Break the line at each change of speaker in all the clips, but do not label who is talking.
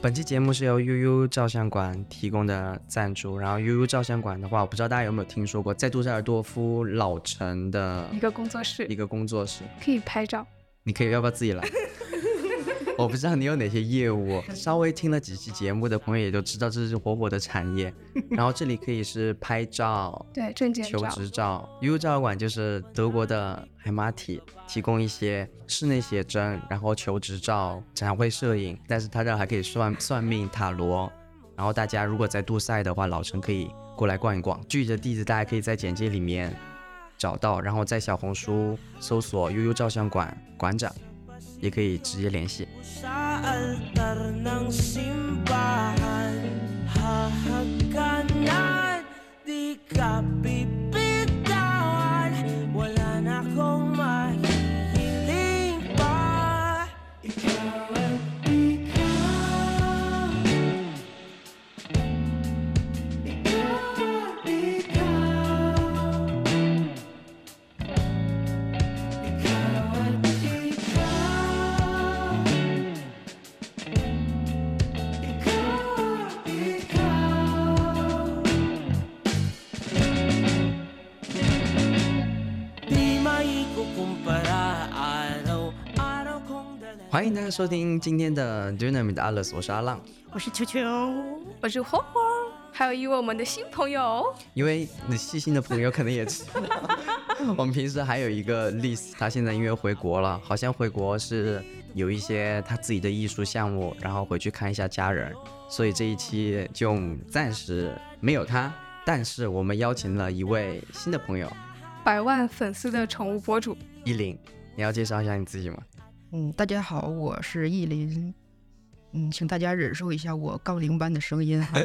本期节目是由悠悠照相馆提供的赞助。然后悠悠照相馆的话，我不知道大家有没有听说过，在杜塞尔多夫老城的
一个工作室
一个工作室，
可以拍照。
你可以要不要自己来？ 我不知道你有哪些业务，稍微听了几期节目的朋友也都知道这是火火的产业。然后这里可以是拍照、
对，证件
求
照。
职照，优照相馆就是德国的海马体，提供一些室内写真，然后求职照、展会摄影，但是它这儿还可以算算命、塔罗。然后大家如果在杜塞的话，老城可以过来逛一逛。具体的地址大家可以在简介里面找到，然后在小红书搜索“悠悠照相馆馆长”，也可以直接联系。
Saaltar ng simbahan Hahagkanan Di ka pipitawan Wala na akong mahihiling pa Ikaw at ikaw Ikaw at ikaw Ikaw at ikaw Di maikukumpara araw-araw kong dala
欢迎大家收听今天的 Dynamic 的 Alice，我是阿浪。
我是球球，
我是火火，还有一位我们的新朋友，
因为你细心的朋友可能也 知道，我们平时还有一个 Liz，他现在因为回国了，好像回国是有一些他自己的艺术项目，然后回去看一下家人，所以这一期就暂时没有他。但是我们邀请了一位新的朋友，
百万粉丝的宠物博主。
依林，你要介绍一下你自 己吗？
嗯，大家好，我是意林，嗯，请大家忍受一下我杠铃般的声音哈，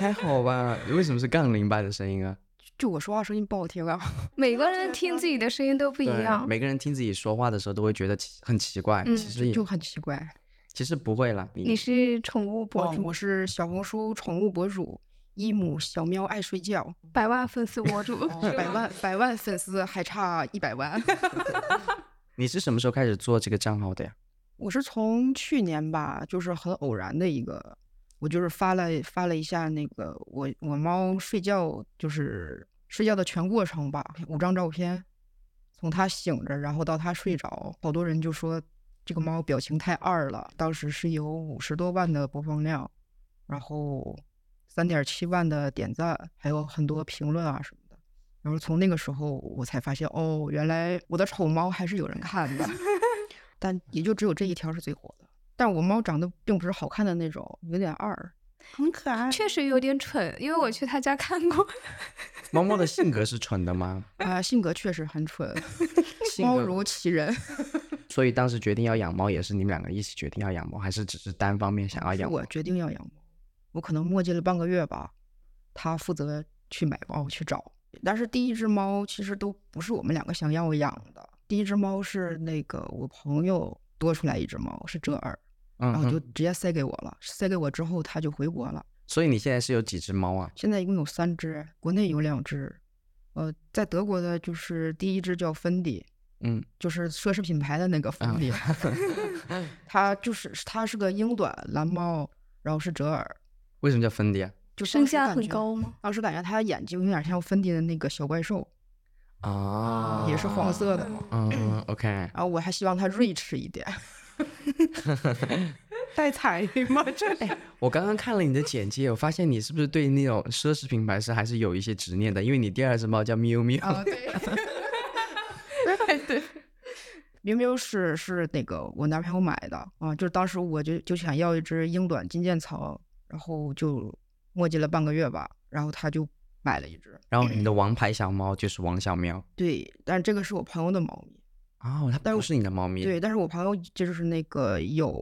还好吧？为什么是杠铃般的声音啊？
就我说话声音不好听啊，
每个人听自己的声音都不一
对啊
样，
每个人听自己说话的时候都会觉得奇很奇怪，
嗯
其实也
就很奇怪。
其实不会啦。
你是宠物博
哦，
主，
我是小红书宠物博主，一母小喵爱睡觉，
百万粉丝博主，是
百
吗
万百万粉丝还差一百万。
你是什么时候开始做这个账号的呀？
我是从去年吧，就是很偶然的一个，我就是发了发了一下那个我我猫睡觉就是睡觉的全过程吧，五张照片，从它醒着，然后到它睡着，好多人就说这个猫表情太二了。当时是有五十多万的播放量，然后三点七万的点赞，还有很多评论啊什么的。然后从那个时候我才发现，哦，原来我的丑猫还是有人看的。但也就只有这一条是最火的。但我猫长得并不是好看的那种，有点二，
Ang kaan
确实有点蠢，因为我去他家看 过，
猫猫的性格是蠢的吗？
啊、性格确实很蠢，
性
猫
格
如其人。
所以当时决定要养猫，也是你们两个一起决定要养猫，还是只是单方面想要
是
养猫
我？决定要养猫，我可能磨叽了半个月吧，他负责去买猫去找。但是第一只猫其实都不是我们两个想要养的，第一只猫是那个我朋友多出来一只猫，是折耳，
嗯
然后
哼
啊就直接塞给我了。塞给我之后，它就回国了。
所以你现在是有几只猫啊？
现在一共有三只，国内有两只，呃，在德国的就是第一只叫芬迪，
嗯，
就是奢侈品牌的那个芬迪，它就是它是个英短蓝猫，然后是折耳，
为什么叫芬迪啊？
就
身
当时
价
感
很
觉。
高吗？
当时感觉它的眼睛有点像芬迪的那个小怪兽，
啊
也是黄色的。
嗯，OK，
然后我还希望它睿智一点， 带彩 铃吗？这
哎
里
我刚刚看了你的简介，我发现你是不是对那种奢侈品牌是还是有一些执念的？因为你第二只猫叫喵喵，
啊，对， 对，明明是是那个我男朋友买的啊，就是当时我就就想要一只英短金渐层，然后就磨叽了半个月吧，然后他就买了一只。
然后你的王牌小猫就是王小喵。
对，但这个是我朋友的猫咪，
哦，它
但是
不是你的猫咪。
啊对，，但是我朋友就是那个有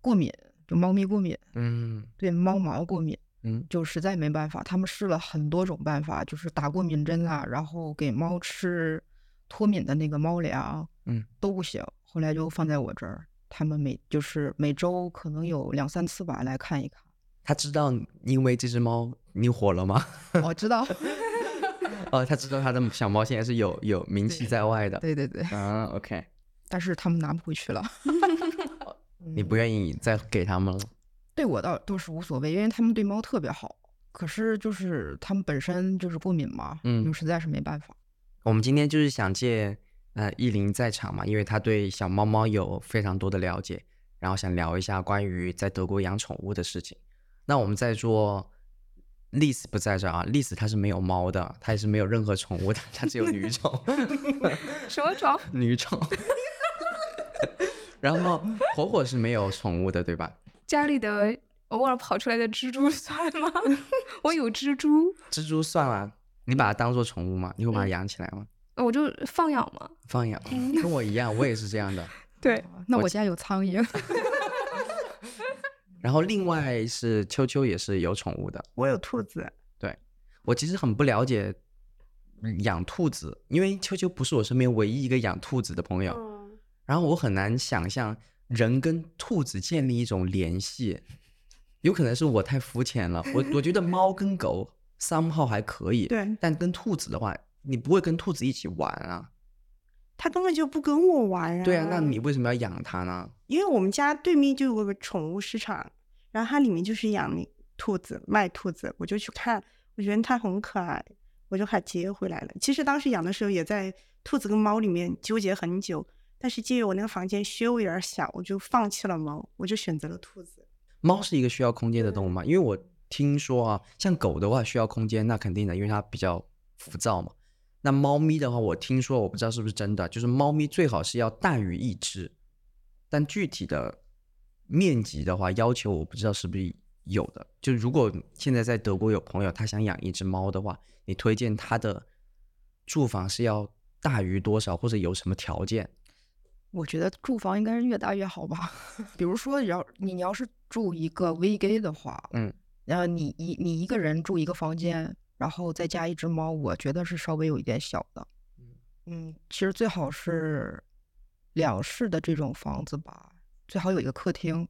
过敏，就猫咪过敏，
嗯
对猫毛过敏。
嗯，
就实在没办法，他们试了很多种办法，就是打过敏针啊，然后给猫吃脱敏的那个猫粮，
嗯，
都不行。后来就放在我这儿，他们每就是每周可能有两三次吧来看一看。
它知道因为这只猫你火了吗？
我 知道，
哦，它知道它的小猫现在是有有名气在外的。
对对对，
啊，OK。
但是他们拿不回去了。
你不愿意再给他们了。
嗯对我倒都是无所谓，因为他们对猫特别好。可是就是他们本身就是过敏嘛，
嗯
就实在是没办法。
我们今天就是想借呃依林在场嘛，因为他对小猫猫有非常多的了解，然后想聊一下关于在德国养宠物的事情。那我们在座丽丝不在这儿啊，丽丝她是没有猫的，她也是没有任何宠物的，她只有女宠，
什么虫？
女宠。 然后火火是没有宠物的，对吧？
家里的偶尔跑出来的蜘蛛算吗？ 我有蜘蛛，
蜘蛛算了，你把它当做宠物吗？你会把它
嗯
养起来吗？
我就放养 嘛。
放养，
嗯
跟我一样，我也是这样的。
对，
那
我
我家有苍蝇，
然后另外是秋秋也是有宠物的，
我有兔子，
我其实很不了解嗯养兔子，因为秋秋不是我身边唯一一个养兔子的朋友，
嗯，
然后我很难想象人跟兔子建立一种联系，有可能是我太肤浅了，我我觉得猫跟狗 somehow 还可以，
对，
但跟兔子的话，你不会跟兔子一起玩啊，
它根本就不跟我玩啊。
对啊，那你为什么要养它呢？
因为我们家对面就有个宠物市场，然后它里面就是养那兔子，卖兔子，我就去看，我觉得它很可爱，我就还接回来了。其实当时养的时候也在兔子跟猫里面纠结很久，但是基于我那个房间稍微有点小，我就放弃了猫，我就选择了兔子。
猫是一个需要空间的动物嘛？因为我听说啊，像狗的话需要空间，那肯定的，因为它比较浮躁嘛。那猫咪的话，我听说我不知道是不是真的，就是猫咪最好是要大于一只，但具体的面积的话要求我不知道是不是有的。就如果现在在德国有朋友他想养一只猫的话，你推荐他的住房是要大于多少，或者有什么条件？
我觉得住房应该是越大越好吧。 比如说，要你要是住一个 V G 的话，
嗯，
然后你一你一个人住一个房间，然后再加一只猫，我觉得是稍微有一点小的。嗯，其实最好是两室的这种房子吧，最好有一个客厅。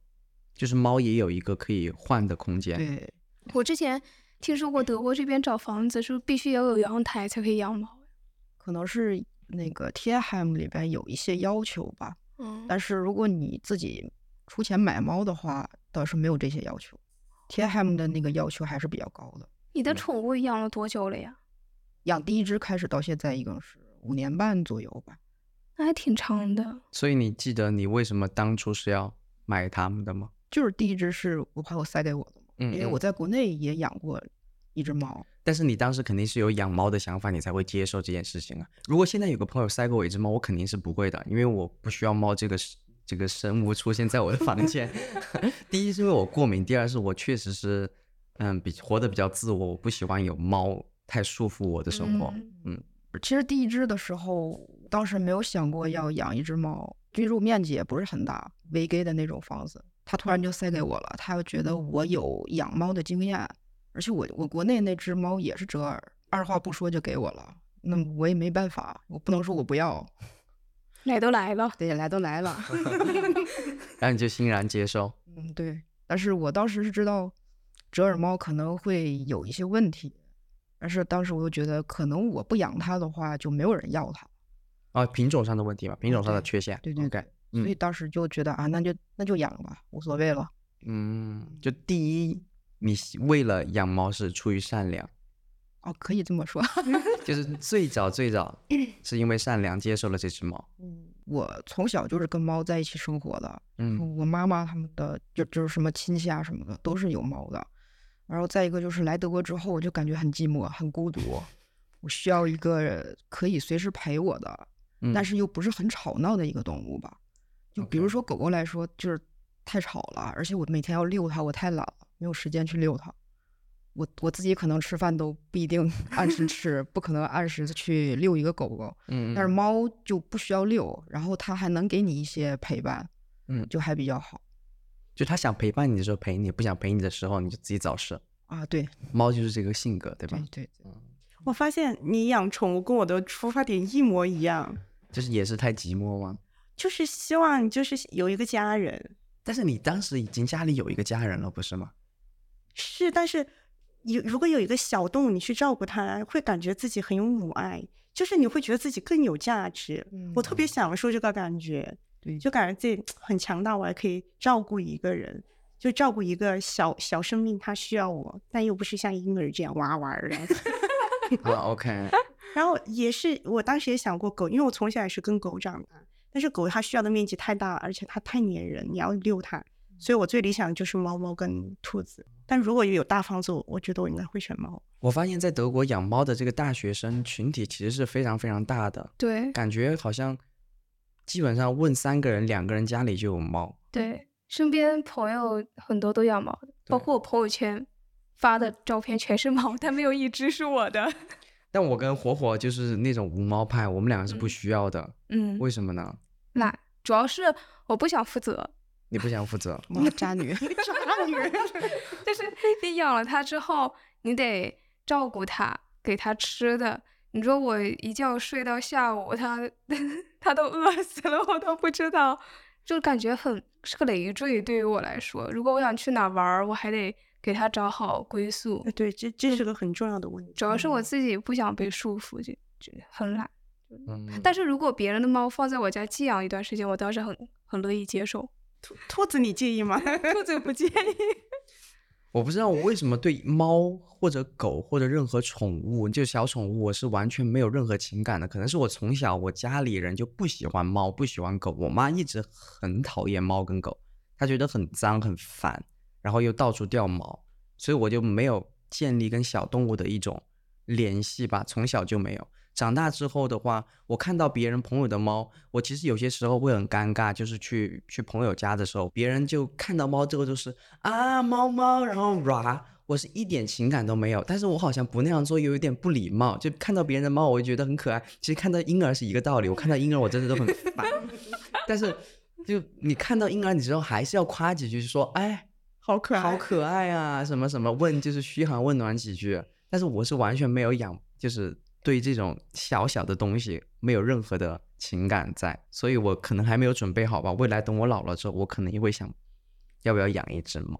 就是猫也有一个可以换的空间。
对，
我之前听说过德国这边找房子是必须要有阳台才可以养猫。
可能是那个 T I M 里边有一些要求吧，
嗯，
但是如果你自己出钱买猫的话，倒是没有这些要求。T I M 的那个要求还是比较高的。
你的宠物养了多久了呀？
养第一只开始到现在，一共是五年半左右吧。
那还挺长的。
所以你记得你为什么当初是要买它们的吗？
就是第一只是我朋友塞给我的嘛，
嗯
因为我在国内也养过一只猫，
但是你当时肯定是有养猫的想法，你才会接受这件事情啊。如果现在有个朋友塞给我一只猫，我肯定是不会的，因为我不需要猫这个是这个生物出现在我的房间。 第一是因为我过敏，第二是我确实是，嗯，比活得比较自我，我不喜欢有猫太束缚我的生活。
嗯
嗯
其实第一只的时候，当时没有想过要养一只猫，居住面积也不是很大，维给的那种房子。他突然就塞给我了，他觉得我有养猫的经验，而且我我国内那只猫也是折耳，二话不说就给我了。那么我也没办法，我不能说我不要。
来都来了，
对，来都来了，
然后你就欣然接受。
嗯，对。但是我当时是知道折耳猫可能会有一些问题，但是当时我又觉得，可能我不养它的话，就没有人要它。
啊，品种上的问题嘛，品种上的
对
缺陷。
对对
o k 嗯
所以当时就觉得啊，那就那就养吧，无所谓了。
嗯，就第一，你喜为了养猫是出于善良，
哦，可以这么说。
就是最早最 早是因为善良接受了这只猫。
我从小就是跟猫在一起生活的，
嗯，
我妈妈他们的就就是什么亲戚啊什么的都是有猫的。然后再一个就是来德国之后，我就感觉很寂寞、很孤独，我需要一个可以随时陪我的，
嗯
但是又不是很吵闹的一个动物吧。就比如
OK
说狗狗来说，就是太吵了，而且我每天要遛它，我太懒了，没有时间去遛它。我我自己可能吃饭都不一定 按时吃，不可能按时地去遛一个狗狗。
嗯，
但是
嗯
猫就不需要遛，然后它还能给你一些陪伴，
嗯
就还比较好
就它想陪伴你的时候陪你，不想陪你的时候你就自己找事。
啊。对
猫就是这个性格，对吧
对？对，
我发现你养宠物跟我的出发点一模一样，
就是也是太寂寞吗？
就是希望就是有一个家人。
但是你当时已经家里有一个家人了，不是 吗？
是，但是有如果有一个小动物，你去照顾它，会感觉自己很有母爱，就是你会觉得自己更有价值。我特别享受这个感觉，
对
就感觉自己很强大，我还可以照顾一个人，就照顾一个小小生命，他需要我，但又不是像婴儿这样哇哇的。
啊，OK，
然后也是，我当时也想过狗，因为我从小也是跟狗长大，但是狗它需要的面积太大了，而且它太粘人，你要遛它，所以我最理想的就是猫猫跟兔子。但如果有大房子，我我觉得我应该会选猫。
我发现在德国养猫的这个大学生群体其实是非常非常大的，
对
感觉好像基本上问三个人，两个人家里就有猫。
对，身边朋友很多都养猫的，包
对
括我朋友圈发的照片全是猫，但没有一只是我的。
但我跟火火就是那种无猫派，我们两个是不
嗯
需要的，
嗯，
为什么呢？
懒，主要是我不想负责，
你不想负责，
哇，渣女，渣女，
就是你养了它之后，你得照顾它，给它吃的。你说我一觉睡到下午，它 它都饿死了，我都不知道，就感觉很是个累赘。对于我来说，如果我想去哪儿玩儿，我还得给它找好归宿
呃。对，这这是个很重要的问题。
嗯
嗯
主要是我自己不想被束缚，就就很懒。
嗯，
但是如果别人的猫放在我家寄养一段时间，我倒是很很乐意接受。
兔兔子，你介意吗？
兔子不介意。
我不知道我为什么对猫或者狗或者任何宠物，就小宠物，我是完全没有任何情感的。可能是我从小我家里人就不喜欢猫，不喜欢狗。我妈一直很讨厌猫跟狗，她觉得很脏很烦，然后又到处掉毛，所以我就没有建立跟小动物的一种联系吧，从小就没有。长大之后的话，我看到别人朋友的猫，我其实有些时候会很尴尬，就是去去朋友家的时候，别人就看到猫之后就是啊猫猫，然后哇，我是一点情感都没有，但是我好像不那样做又有点不礼貌，就看到别人的猫，我会觉得很可爱。其实看到婴儿是一个道理，我看到婴儿我真的都很烦， 但是就你看到婴儿，你之后还是要夸几句，说哎
好可爱，
好可爱啊，什么什么问就是嘘寒问暖几句。但是我是完全没有养，就是对这种小小的东西没有任何的情感在，所以我可能还没有准备好吧。未来等我老了之后，我可能也会想，要不要养一只猫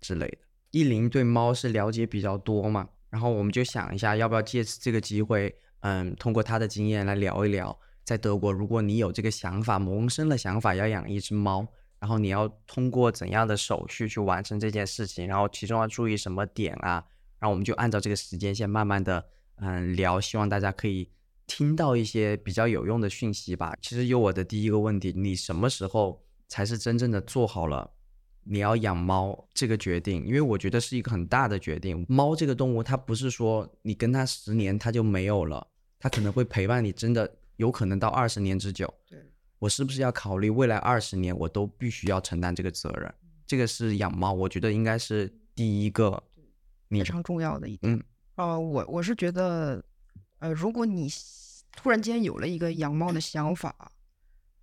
之类的。依林对猫是了解比较多嘛，然后我们就想一下，要不要借此这个机会，嗯，通过他的经验来聊一聊，在德国，如果你有这个想法，萌生了想法要养一只猫，然后你要通过怎样的手续去完成这件事情，然后其中要注意什么点啊？然后我们就按照这个时间线慢慢的嗯聊，希望大家可以听到一些比较有用的讯息吧。其实有我的第一个问题，你什么时候才是真正的做好了？你要养猫这个决定，因为我觉得是一个很大的决定。猫这个动物，它不是说你跟它十年它就没有了，它可能会陪伴你，真的有可能到二十年之久。
对，
我是不是要考虑未来二十年我都必须要承担这个责任？
嗯
这个是养猫，我觉得应该是第一个。你
非常重要的一点。
嗯
呃，我我是觉得，呃，如果你突然间有了一个养猫的想法，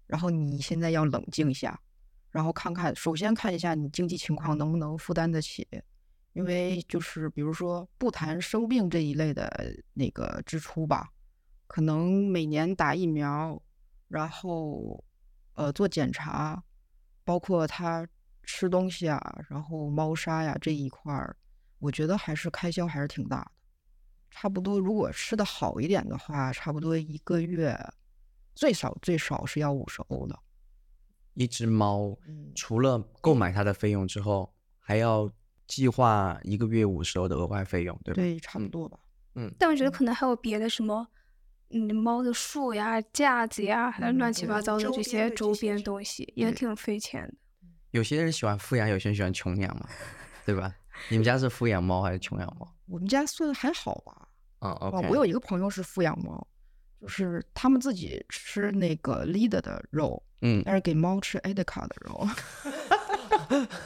然后你现在要冷静一下，然后看看，首先看一下你经济情况能不能负担得起，因为就是比如说不谈生病这一类的那个支出吧，可能每年打疫苗，然后呃做检查，包括它吃东西啊，然后猫砂呀这一块儿，我觉得还是开销还是挺大的。差不多，如果吃的好一点的话，差不多一个月最少最少是要五十欧的。
一只猫
嗯，
除了购买它的费用之后，还要计划一个月五十欧的额外费用，对吧？
对，差不
嗯
多吧。
但我觉得可能还有别的什么，嗯，猫的树呀、架子呀，还有乱七八
嗯
糟的
周
这
边
些
的这
周
些
边
是
东西，也
嗯
挺费钱的。
有些人喜欢富养，有些人喜欢穷 养嘛，对吧？你们家是富养猫还是穷养猫？
我们家算还好吧。
啊、o
啊
k
我有一个朋友是富养猫，就是他们自己吃那个 Lida 的肉，
嗯，
但是给猫吃 Edeka 的肉。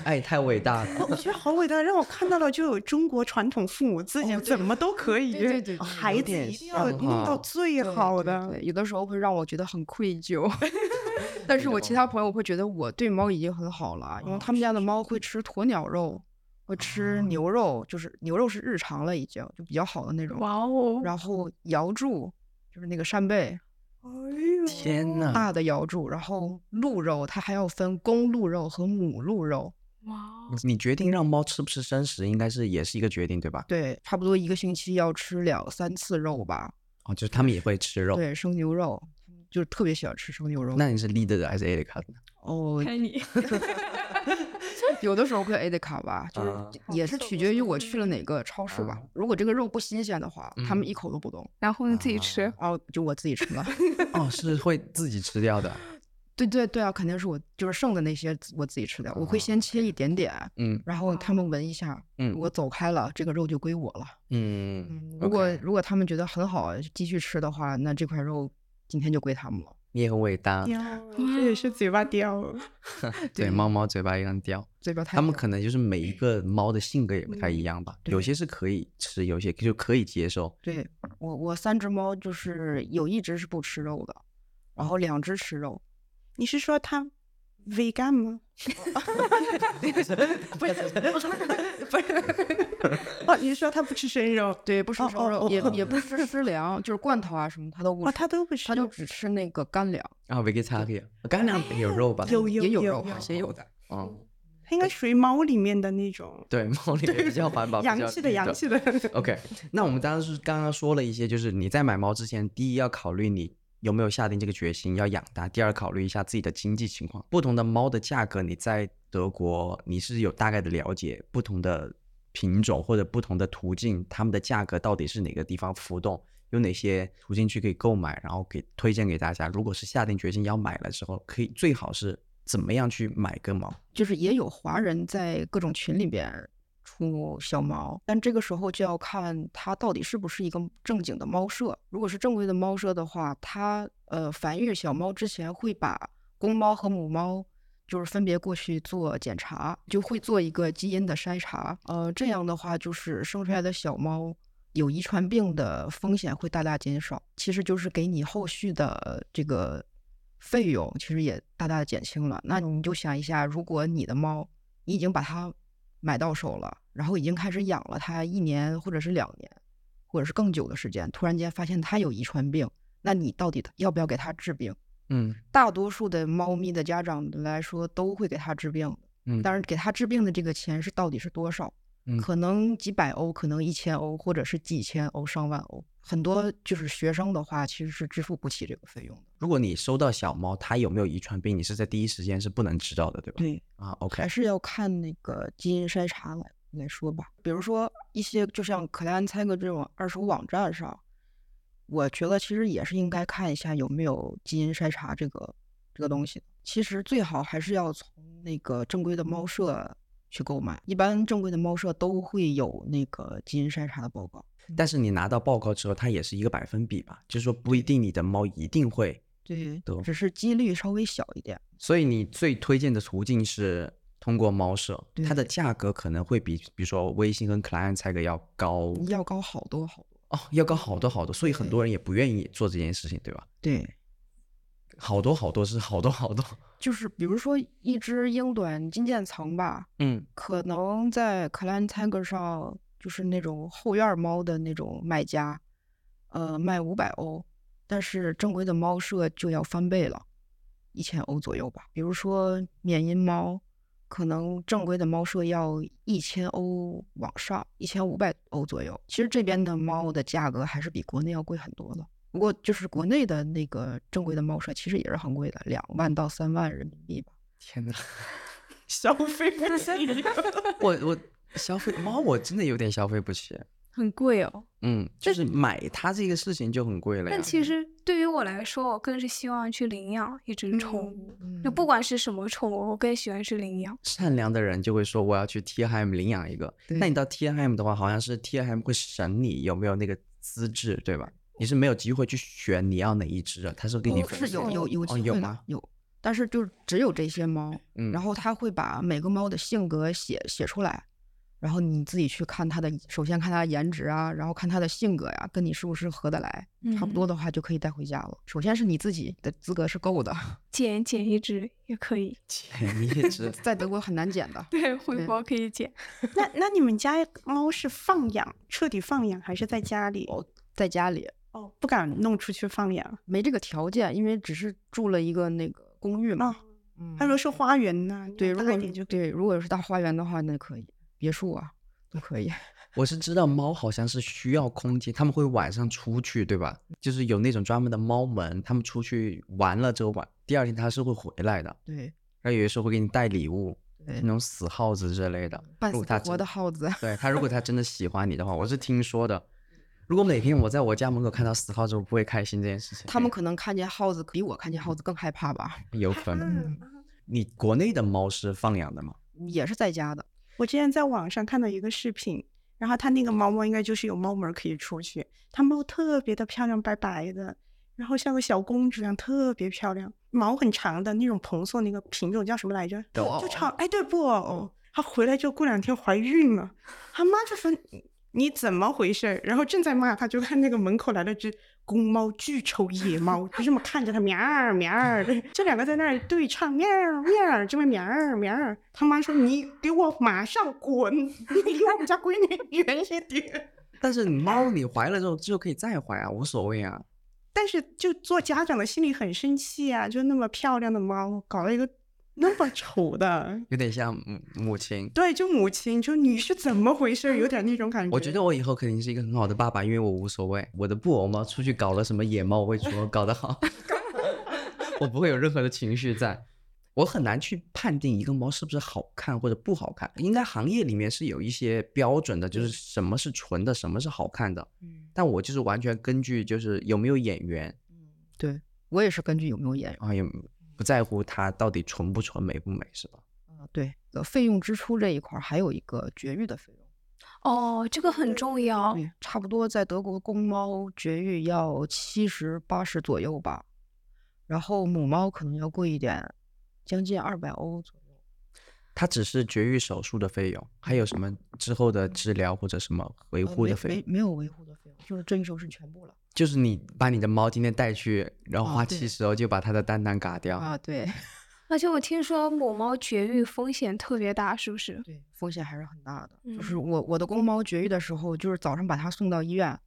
爱哎太伟大了。
哦
我觉得好伟大，让我看到了就有中国传统父母自己怎么都可以，哦
对对对对
孩
有
子
点
一定要
像
弄到
哈
最
对
好
对
的。
对有的时候会让我觉得很愧疚。但是我其他朋友会觉得我对猫已经很好了，因为他们家的猫会吃鸵鸟肉，会吃牛肉，就是牛肉是日常了，已经就比较好的那种。
哦
然后瑶柱就是那个扇贝，
哎呦，
嗯
天呐，
大的瑶柱，然后鹿肉它还要分公鹿肉和母鹿肉，
哇哦！
你你决定让猫吃不吃生食，应该是也是一个决定，对吧？
对，差不多一个星期要吃两三次肉吧。
哦，就是他们也会吃肉。
对，生牛肉，就是特别喜欢吃生牛肉。
那你是 leader 的还是 A 的卡呢？
哦，
开你。
有的时候会 A 的卡哎吧，就
啊
是
嗯
也是取决于我去了哪个超市吧。如果这个肉不新鲜的话，他们
嗯
一口都不动。
然后呢自己吃。
哦，就我自己吃了。
哦，是会自己吃掉的。
对对对啊，肯定是我就是剩的那些我自己吃掉，我会先
哦
切一点点，
嗯
然后他们闻一下，
嗯
我走开了，这个肉就归我了。
嗯，
嗯，如果
OK
如果他们觉得很好，继续吃的话，那这块肉今天就归他们了。
你也很伟大。
叼，这也是嘴巴叼。
对，猫猫嘴巴一样叼。
嘴巴太
它们
小
可能就是每一个猫的性格也不太一样吧，有
对
些是可以吃，有些就可以接受。
对我我三只猫就是有一只是不吃肉的，然后两只吃肉，
你是说他 vegan 吗？
不是不是
哦，你是 说他不吃生肉？
对不吃
哦
生
哦
肉，
哦
也
哦
也不吃湿粮，就是罐头啊什么它都不
哦，
吃，
他都不吃，
它就只吃那个干粮，
啊，vegetarian，干粮也有肉吧？
有
也
有
肉，
有
好像也有的。
嗯，
它应该属于猫里面的那种
对，猫里面比较环保，比
洋
较
气的
低
洋气的。
OK，那我们当时刚刚说了一些，就是你在买猫之前，第一要考虑你有没有下定这个决心要养它，第二考虑一下自己的经济情况。不同的猫的价格，你在德国你是有大概的了解，不同的品种或者不同的途径，它们的价格到底是哪个地方浮动，有哪些途径去可以购买，然后给推荐给大家。如果是下定决心要买了之后，可以最好是怎么样去买个猫？
就是也有华人在各种群里边出小猫，但这个时候就要看它到底是不是一个正经的猫舍。如果是正规的猫舍的话，它呃繁育小猫之前会把公猫和母猫。就是分别过去做检查，就会做一个基因的筛查。呃，这样的话，就是生出来的小猫有遗传病的风险会大大减少。其实就是给你后续的这个费用其实也大大的减轻了。那你就想一下，如果你的猫你已经把它买到手了，然后已经开始养了它一年或者是两年，或者是更久的时间，突然间发现它有遗传病，那你到底要不要给它治病？
嗯
大多数的猫咪的家长来说都会给它治病的，
嗯
但是给它治病的这个钱是到底是多少？
嗯
可能几百欧，可能一千欧，或者是几千欧、上万欧。很多就是学生的话，其实是支付不起这个费用的。
如果你收到小猫，它有没有遗传病，你是在第一时间是不能知道的，对吧？
对，
啊，OK，
还是要看那个基因筛查来来说吧。比如说一些就像克莱安猜个这种二手网站上，我觉得其实也是应该看一下有没有基因筛查这个这个东西。其实最好还是要从那个正规的猫舍去购买，一般正规的猫舍都会有那个基因筛查的报告。
但是你拿到报告之后，它也是一个百分比吧，就是说不一定你的猫一定会。
对
懂
只是几率稍微小一点。
所以你最推荐的途径是通过猫舍，它的
对
价格可能会比比如说微信跟 Client 价格要高
要高好多好多。
哦，要高好多好多，所以很多人也不愿意做这件事情，对吧？
对，
好多好多是好多好多，
就是比如说一只英短金渐层吧，
嗯
可能在 c l a n Tiger 上，就是那种后院儿猫的那种卖家，呃，卖五百欧，但是正规的猫舍就要翻倍了，一千欧左右吧。比如说缅因猫，可能正规的猫舍要一千欧往上，一千五百欧左右。其实这边的猫的价格还是比国内要贵很多的。不过就是国内的那个正规的猫舍，其实也是很贵的，两万到三万人民币吧。
天哪，
消费不起。
我我消费猫我真的有点消费不起，
很贵哦，
嗯，就是买它这个事情就很贵了呀
但。其实对于我来说，我更是希望去领养一只宠物，
嗯
就不管是什么宠物，我更喜欢去领养。
善良的人就会说我要去 T R M 领养一个。那
对
你到 T R M 的话，好像是 T R M 会审你有没有那个资质，对吧？你是没有机会去选你要哪一只的，啊他是给你
不
分
是有
类
有有
哦
机会的、
有吗？
有，但是就是只有这些猫，
嗯，
然后它会把每个猫的性格写写出来，然后你自己去看它的，首先看它的颜值啊，然后看它的性格呀、跟你是不是合得来，
嗯
差不多的话就可以带回家了。首先是你自己的资格是够的，
捡捡一只也可以，
前一 只
在德国很难捡的。
对，回
对
国可以捡。
那那你们家猫是放养，彻底放养，还是在家里？
哦，在家里
哦，不敢弄出去放养。
没这个条件，因为只是住了一个那个公寓嘛。
哦
嗯
他说是花园呐，
对，如
大
果
一点就
对，如果是大花园的话，那可以，别墅啊都可以。
我是知道猫好像是需要空间，它们会晚上出去，对吧？就是有那种专门的猫门，它们出去玩了之后晚，第二天它是会回来的。
对
然后有的时候会给你带礼物，
对嗯
那，种死耗子之类的。
半
如果
死
它
不活
真
的耗子，
对它，如果它真的喜欢你的话，我是听说的。如果每天我在我家门口看到死耗子，我不会开心这件事情。
他们可能看见耗子比我看见耗子
嗯
更害怕吧，
有可能。
嗯
你国内的猫是放养的吗？
也是在家的。
我之前在网上看到一个视频，然后它那个猫猫应该就是有猫门儿可以出去，它猫特别的漂亮，白白的，然后像个小公主一样，特别漂亮，毛很长的那种蓬松那个品种叫什么来着？
布
就长哎，对布偶。她回来之后过两天怀孕了，她妈就说你你怎么回事儿？然后正在骂她，就看那个门口来了只公猫，巨丑野猫，就这么看着她喵儿喵儿的，这两个在那儿对唱喵儿喵儿，这边喵儿喵儿。她妈说你给我马上滚，你离我们家闺女 远一点。
但是你猫你怀了之后就可以再怀啊，无所谓啊。
但是就做家长的心里很生气啊，就那么漂亮的猫搞了一个那么丑的。
有点像母母亲。
对，就母亲，就你是怎么回事儿？有点那种感觉。
我觉得我以后肯定是一个很好的爸爸，因为我无所谓。我的布偶猫出去搞了什么野猫，我会说搞得 好， 我不会有任何的情绪在。我很难去判定一个猫是不是好看或者不好看，应该行业里面是有一些标准的，就是什么是纯的，什么是好看的。
嗯，
但我就是完全根据就是有没有眼缘
对我也是根据有没有演员
啊，也不在乎它到底纯不纯、美不美，是吧？
啊。对，呃费用支出这一块儿还有一个绝育的费用。
哦，这个很重要。
对，差不多在德国公猫绝育要七十八十左右吧，然后母猫可能要贵一点，将近二百欧左右。
它只是绝育手术的费用，还有什么之后的治疗或者什么维
呃
护
没
的费用
没？没有维护的费用，就是这一手是全部了
就是你把你的猫今天带去，然后
啊
花
对
七十欧就把它的蛋蛋嘎掉。
啊。对
而且我听说母猫绝育风险特别大，是不是？
对，风险还是很大的。就是
嗯
我我的公猫绝育的时候，就是早上把它送到医院，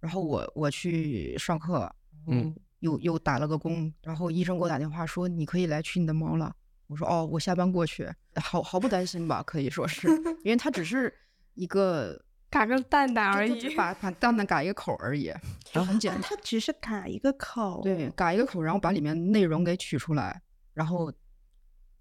然后我我去上课，
嗯，
又又打了个工，然后医生给我打电话说你可以来取你的猫了。我说哦，我下班过去，毫毫不担心吧，可以说是，因为它只是一个
嘎个蛋蛋
就
而
就只
已。
把把蛋蛋嘎一个口儿而已，就很简
啊
单。
它只是卡一个口。
对，嘎一个口儿，然后把里面内容给取出来，然后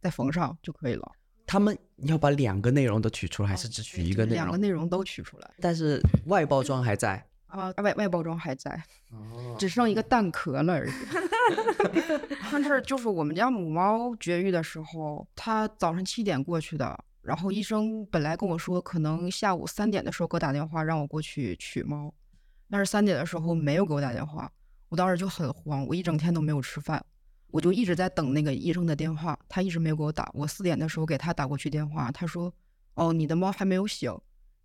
再缝上就可以了。
他们要把两个内容都取出来，还是只
哦
取一个内
两个
容？
内容都取出来
但是外包装还在。
啊，外外包装还在，
哦
只剩一个蛋壳了而已。 但是就是我们家母猫绝育的时候，它早上七点过去的，然后医生本来跟我说可能下午三点的时候给我打电话让我过去取猫，但是三点的时候没有给我打电话，我当时就很慌，我一整天都没有吃饭。我就一直在等那个医生的电话，他一直没有给我打。我四点的时候给他打过去电话，他说：“哦，你的猫还没有醒，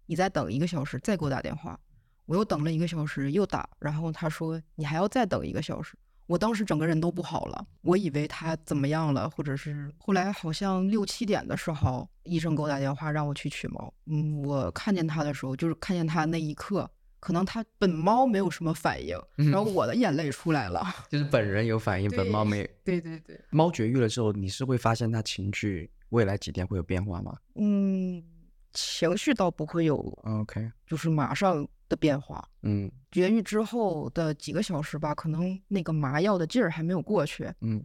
你再等一个小时再给我打电话。”我又等了一个小时，又打，然后他说你还要再等一个小时。我当时整个人都不好了，我以为他怎么样了，或者是后来好像六七点的时候，医生给我打电话让我去取猫。嗯，我看见他的时候，就是看见他那一刻，可能他本猫没有什么反应，然后我的眼泪出来了。
就是本人有反应，
对
本猫没有。
对对 对，
猫绝育了之后，你是会发现它情绪未来几天会有变化吗
嗯，情绪倒不会有，
哦？OK，
就是马上的变化，
嗯
绝育之后的几个小时吧，可能那个麻药的劲儿还没有过去，
嗯，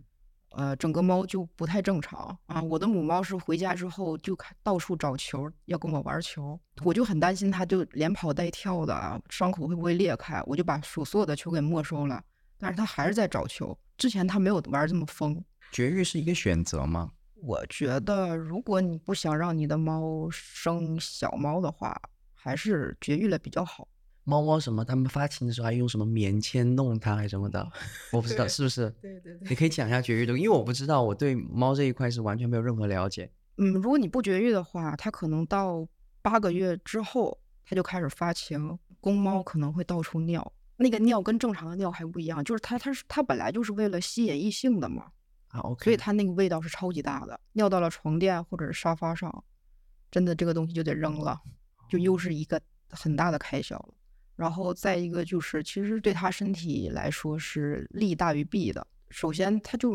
呃，整个猫就不太正常啊。我的母猫是回家之后就开到处找球，要跟我玩球，我就很担心它就连跑带跳的啊，伤口会不会裂开？我就把所所有的球给没收了，但是它还是在找球。之前它没有玩这么疯，
绝育是一个选择吗？
我觉得，如果你不想让你的猫生小猫的话，还是绝育了比较好。
猫猫什么，它们发情的时候还用什么棉签弄它，还什么 的，我不知道是不是？
对对对。
你可以讲一下绝育的，因为我不知道，我对猫这一块是完全没有任何了解。
嗯，如果你不绝育的话，它可能到八个月之后，它就开始发情。公猫可能会到处尿，那个尿跟正常的尿还不一样，就是它它是它本来就是为了吸引异性的嘛，
啊
所以
，OK，
它那个味道是超级大的，尿到了床垫或者是沙发上，真的这个东西就得扔了，就又是一个很大的开销了。然后再一个就是，其实对它身体来说是利大于弊的。首先，它就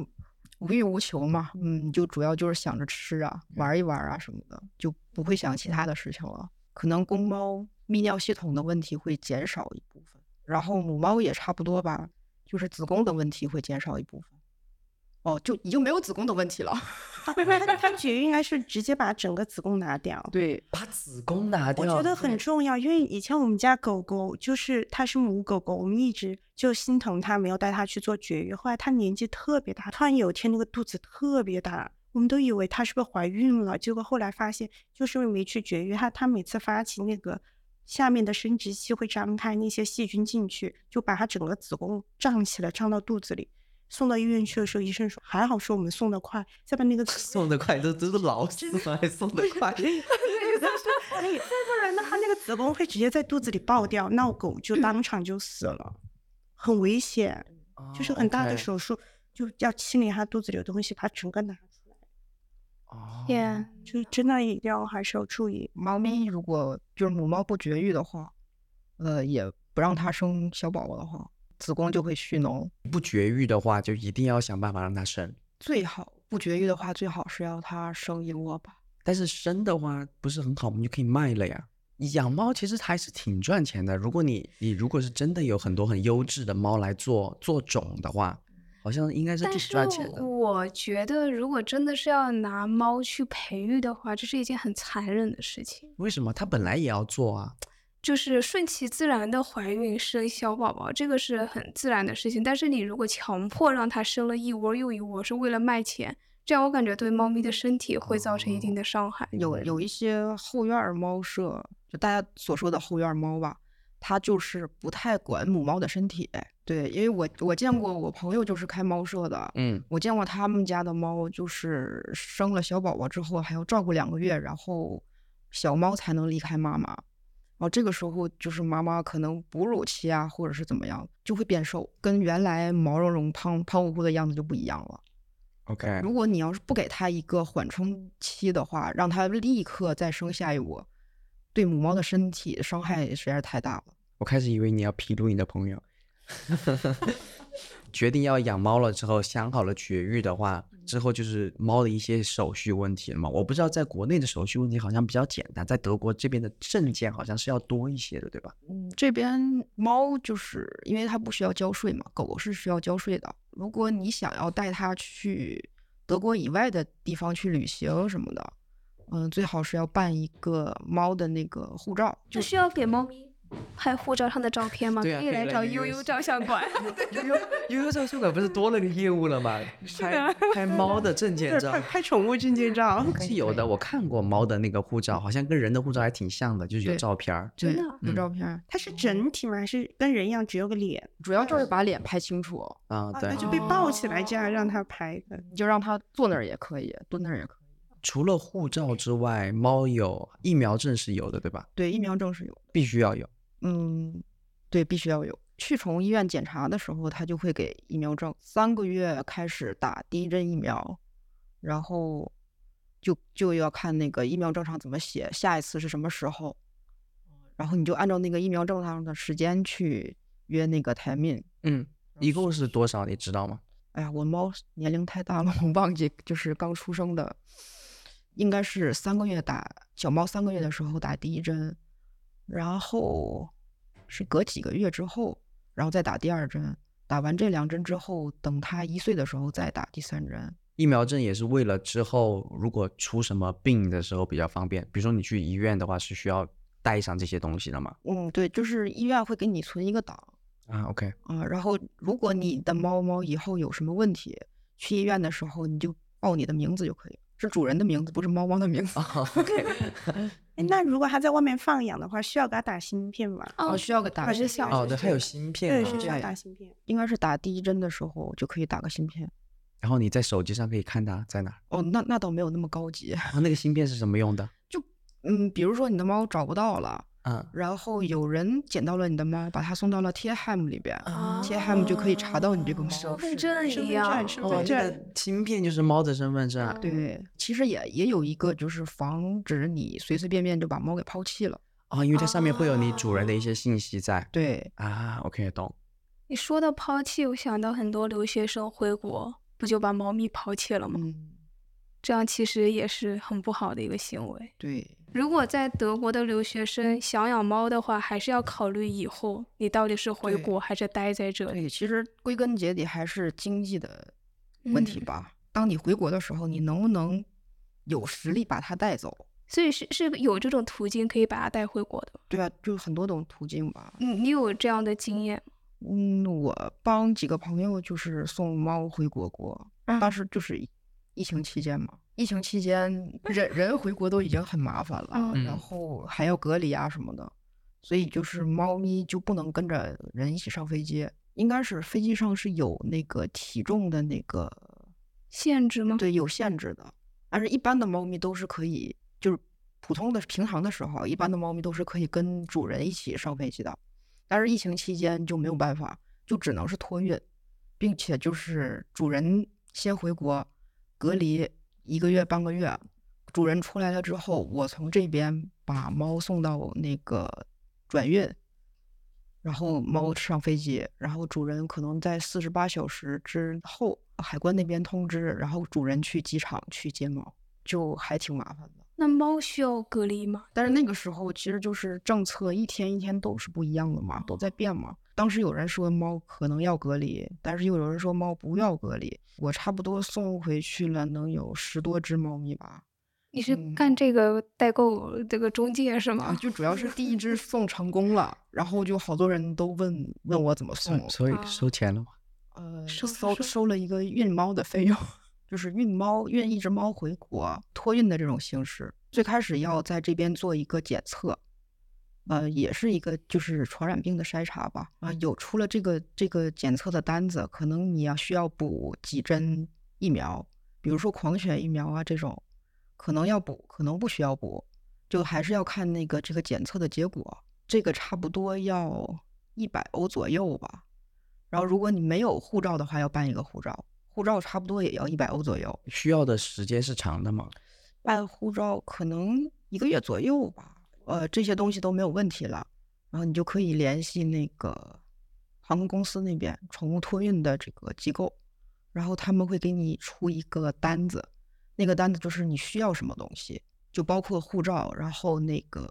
无欲无求嘛，嗯，你就主要就是想着吃啊、玩一玩啊什么的，就不会想其他的事情了。可能公猫泌尿系统的问题会减少一部分，然后母猫也差不多吧，就是子宫的问题会减少一部分。哦，就已经没有子宫的问题了。
不是，它它绝育应该是直接把整个子宫拿掉。
对，
把子宫拿
我
掉，
觉得很重要，因为以前我们家狗狗就是它是母狗狗，我们一直就心疼它，没有带它去做绝育。后来它年纪特别大，突然有一天那个肚子特别大，我们都以为它是不是怀孕了，结果后来发现就是因为没去绝育，它它每次发情那个下面的生殖器会张开，那些细菌进去就把它整个子宫胀起来，胀到肚子里。送到医院去的时候，医生说还好是我们送的快，再把那个
送的快，都都是老死了还送的快。
哎，再不然呢，它那个子宫会直接在肚子里爆掉，那狗就当场就死了，很危险， 就是很大的
候。
手术，就要清理它肚子里的东西，把它整个拿出来，
哦
天，
就是真的一定要还是要注意。
猫咪如果就是母猫不绝育的话，呃，也不让它生小宝宝的话，子宫就会蓄脓。
不绝育的话，就一定要想办法让它生。
最好不绝育的话，最好是要它生一窝吧。
但是生的话不是很好，我们就可以卖了呀。养猫其实还是挺赚钱的。如果你你如果是真的有很多很优质的猫来做做种的话，好像应该是挺
但是
赚钱的。
我觉得，如果真的是要拿猫去培育的话，这是一件很残忍的事情。
为什么它本来也要做啊？
就是顺其自然的怀孕生小宝宝，这个是很自然的事情。但是你如果强迫让它生了一窝又一窝，是为了卖钱，这样我感觉对猫咪的身体会造成一
哦
定的伤害。
有有一些后院儿猫舍，就大家所说的后院儿猫吧，它就是不太管母猫的身体。对，因为我我见过我朋友就是开猫舍的，
嗯，
我见过他们家的猫，就是生了小宝宝之后还要照顾两个月，然后小猫才能离开妈妈。然后这个时候就是妈妈可能哺乳期啊，或者是怎么样，就会变瘦，跟原来毛茸茸、胖胖乎乎的样子就不一样了。
OK，
如果你要是不给它一个缓冲期的话，让它立刻再生下一窝，对母猫的身体伤害实在是太大了。
我开始以为你要披露你的朋友。 决定要养猫了之后，想好了绝育的话，
嗯
之后就是猫的一些手续问题了嘛。我不知道在国内的手续问题好像比较简单，在德国这边的证件好像是要多一些的，对吧？
嗯，这边猫就是因为它不需要交税嘛，狗狗是需要交税的。如果你想要带它去德国以外的地方去旅行什么的，嗯，最好是要办一个猫的那个护照。
就需要给猫咪拍护照上的照片吗？
对啊
可以
可以
来
来
找
悠
悠
悠
悠照相馆。
悠悠悠悠照相馆不是多了个业务了 吗？拍拍猫的证件
啊对，
照
拍拍宠物证件照，
是有的，我看过猫的那个护照，好像跟人的护照还挺像的，就是有
对
照片儿。
对
真的啊，
有
嗯
照片儿，
它是整体吗？还是跟人一样只有个脸？
主要
嗯
就是把脸拍清楚，
啊，
啊
对
那。就被抱起来这样让它拍的。
你就让它坐那儿也可以，蹲那儿也可以。
除了护照之外，猫有疫苗证是有的，对吧？
对，疫苗证是有。
必须要有。
嗯，对，必须要有。去宠物医院检查的时候，他就会给疫苗证，三个月开始打第一针疫苗，然后就就要看那个疫苗证上怎么写，下一次是什么时候，然后你就按照那个疫苗证上的时间去约那个 t i m
嗯，一共是多少？你知道吗？
哎呀，我猫年龄太大了，我忘记就是刚出生的，应该是三个月打小猫三个月的时候打第一针，然后是隔几个月之后，然后再打第二针。打完这两针之后，等它一岁的时候再打第三针。
疫苗证也是为了之后如果出什么病的时候比较方便。比如说你去医院的话，是需要带上这些东西的嘛？
嗯，对，就是医院会给你存一个档
啊，OK，
啊、然后如果你的猫猫以后有什么问题，去医院的时候你就报你的名字就可以了，是主人的名字，不是猫猫的名字。
啊，OK，
哎，那如果它在外面放养的话，需要给它打芯片吗？
哦
啊，需要个打
哦还是
针
小
哦，对，还有芯片
对，
啊
是需要
对
打芯片。
应该是打第一针的时候就可以打个芯片。
然后你在手机上可以看它在哪儿。
哦，那那倒没有那么高级。
啊， 那个芯片是什么用的？
嗯，比如说你的猫找不到了，
啊
然后有人捡到了你的猫，把它送到了 t h a m 里边、
啊
t h a m 就可以查到你这个猫。
身份证
身
一
份
哦样
证，身
哦
份，
那
证。
个芯片就是猫的身份证啊。
对，其实也也有一个就是防止你随随便便就把猫给抛弃了。
哦，因为它上面会有你主人的一些信息在。
对，
啊，OK，懂。
你说到抛弃，我想到很多留学生回国不就把猫咪抛弃了吗？
嗯，
这样其实也是很不好的一个行为。
对，
如果在德国的留学生想养猫的话，还是要考虑以后你到底是回
对
国还是待在这里。
对，其实归根结底还是经济的问题
嗯
吧。当你回国的时候，你能不能有实力把它带走？
所以是是有这种途径可以把它带回国的。
对啊，就很多种途径吧。
你你有这样的经验吗？
嗯，我帮几个朋友就是送猫回国过，当时就是疫情期间嘛，啊疫情期 间人人回国都已经很麻烦了，
嗯
然后还要隔离啊什么的，所以就是猫咪就不能跟着人一起上飞机，应该是飞机上是有那个体重的那个
限制吗？
对，有限制的。但是，一般的猫咪都是可以，就是普通的平常的时候，一般的猫咪都是可以跟主人一起上飞机的。但是疫情期间就没有办法，就只能是托运，并且就是主人先回国隔离一个月半个月，主人出来了之后，我从这边把猫送到那个转运，然后猫上飞机，然后主人可能在四十八小时之后，海关那边通知，然后主人去机场去接猫，就还挺麻烦的。
那猫需要隔离吗？
但是那个时候其实就是政策一天一天都是不一样的嘛，都在变嘛。当时有人说猫可能要隔离，但是又有人说猫不要隔离。我差不多送回去了，能有十多只猫咪吧。
你是
嗯
干这个代购这个中介是
啊，
吗？
就主要是第一只送成功了，然后就好多人都问问我怎么送，
嗯所以
啊
收钱了吗？
呃，
收
收
收
收了一个运猫的费用， 就是运猫运一只猫回国托运的这种形式。最开始要在这边做一个检测，呃，也是一个就是传染病的筛查吧。啊、有出了这个这个检测的单子，可能你要需要补几针疫苗，比如说狂犬疫苗啊这种，可能要补，可能不需要补，就还是要看那个这个检测的结果。这个差不多要一百欧左右吧。然后如果你没有护照的话，要办一个护照，护照差不多也要一百欧左右。
需要的时间是长的吗？
办护照可能一个月左右吧，呃，这些东西都没有问题了，然后你就可以联系那个航空公司那边宠物托运的这个机构，然后他们会给你出一个单子，那个单子就是你需要什么东西，就包括护照，然后那个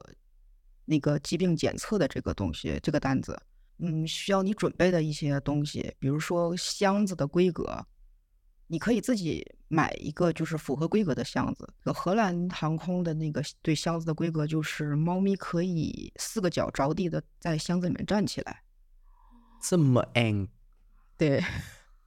那个疾病检测的这个东西，这个单子，嗯，需要你准备的一些东西，比如说箱子的规格，你可以自己买一个就是符合规格的箱子。有荷兰航空的那个对箱子的规格就是，猫咪可以四个脚着地的在箱子里面站起来。
这么硬，
对，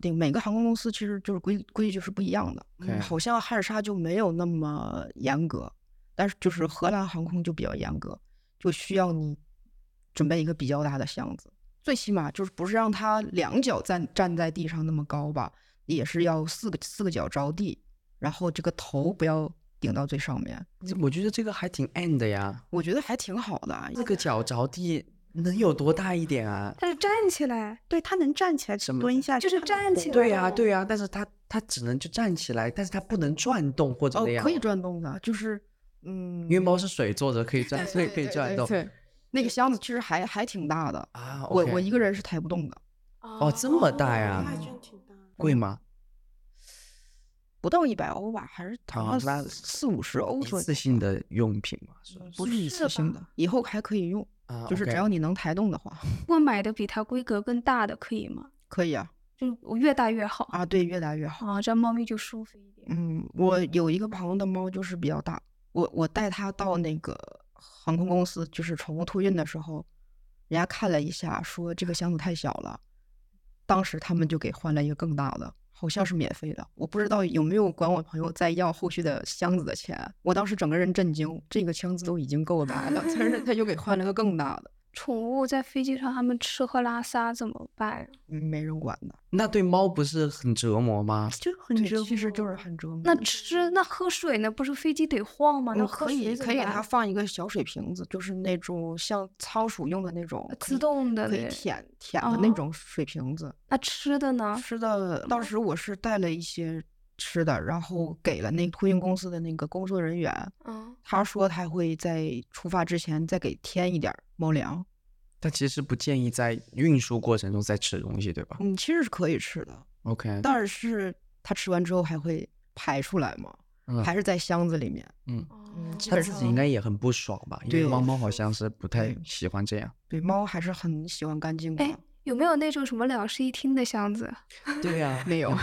对，每个航空公司其实就是规规矩是不一样的。嗯
OK
好像汉莎就没有那么严格，但是
嗯
就是荷兰航空就比较严格，就需要你准备一个比较大的箱子，最起码就是不是让它两脚站站在地上那么高吧，也是要四个四个脚着地，然后这个头不要顶到最上面。
这我觉得这个还挺硬的呀。
我觉得还挺好的，啊
这个脚着地能有多大一点啊？
它是站起来，
对它能站起来
什么
蹲下，
就是站起来。
对呀、对呀、但是它它只能就站起来，但是它不能转动或者
哦
那样。啊
可以转动的，就是嗯，
因为猫是水做的，可以转，所以可以转动
对，那个箱子其实还还挺大的，
啊。
我
OK
我一个人是抬不动的，
哦这么大呀
那还真挺大。
贵吗？
不到一百欧吧，还是
哦
好
那哎
像四五十欧
一
左右
次性的用品嘛，是吧
不是一次性的，以后还可以用，
啊，
就是只
OK
要你能抬动的话，
我买的比它规格更大的可以吗？
可以啊
就是我越大越
哦
好
啊，对，越大越好。
啊，这样猫咪就舒服一点。
嗯，我有一个朋友的猫就是比较大，我我带它到那个航空公司，就是宠物托运的时候，人家看了一下，说这个箱子太小了，当时他们就给换了一个更大的，好像是免费的，我不知道有没有管我朋友再要后续的箱子的钱，我当时整个人震惊，这个箱子都已经够大了，但是他又给换了个更大的，
宠物在飞机上它们吃喝拉撒怎么办呀？
嗯没人管的，
那对猫不是很折磨吗？
就很
对，
折
其实
磨
就是很折磨。
那吃那喝水呢？不是飞机得晃吗？那
嗯
喝
可
水
以
怎
可以
么
给它
办
放一个小水瓶子，就是那种像仓鼠用的那种可
呃自
以
动的
可以
嘞
舔舔的那
哦啊
种水瓶子。
那吃的呢？
吃的当时我是带了一些吃的，然后给了那个托运公司的那个工作人员，
嗯，
他说他会在出发之前再给添一点儿猫粮。
但其实不建议在运输过程中再吃东西，对吧
嗯，其实是可以吃的，
？OK，
但是他吃完之后还会排出来嘛。
嗯
还是在箱子里面。
哦
基
他
本
自
上
己应该也很不爽吧？因为
对
猫猫好像是不太
对
喜欢这样。
对，猫还是很喜欢干净的。
哎有没有那种什么两室一厅的箱子？
对呀，
没有，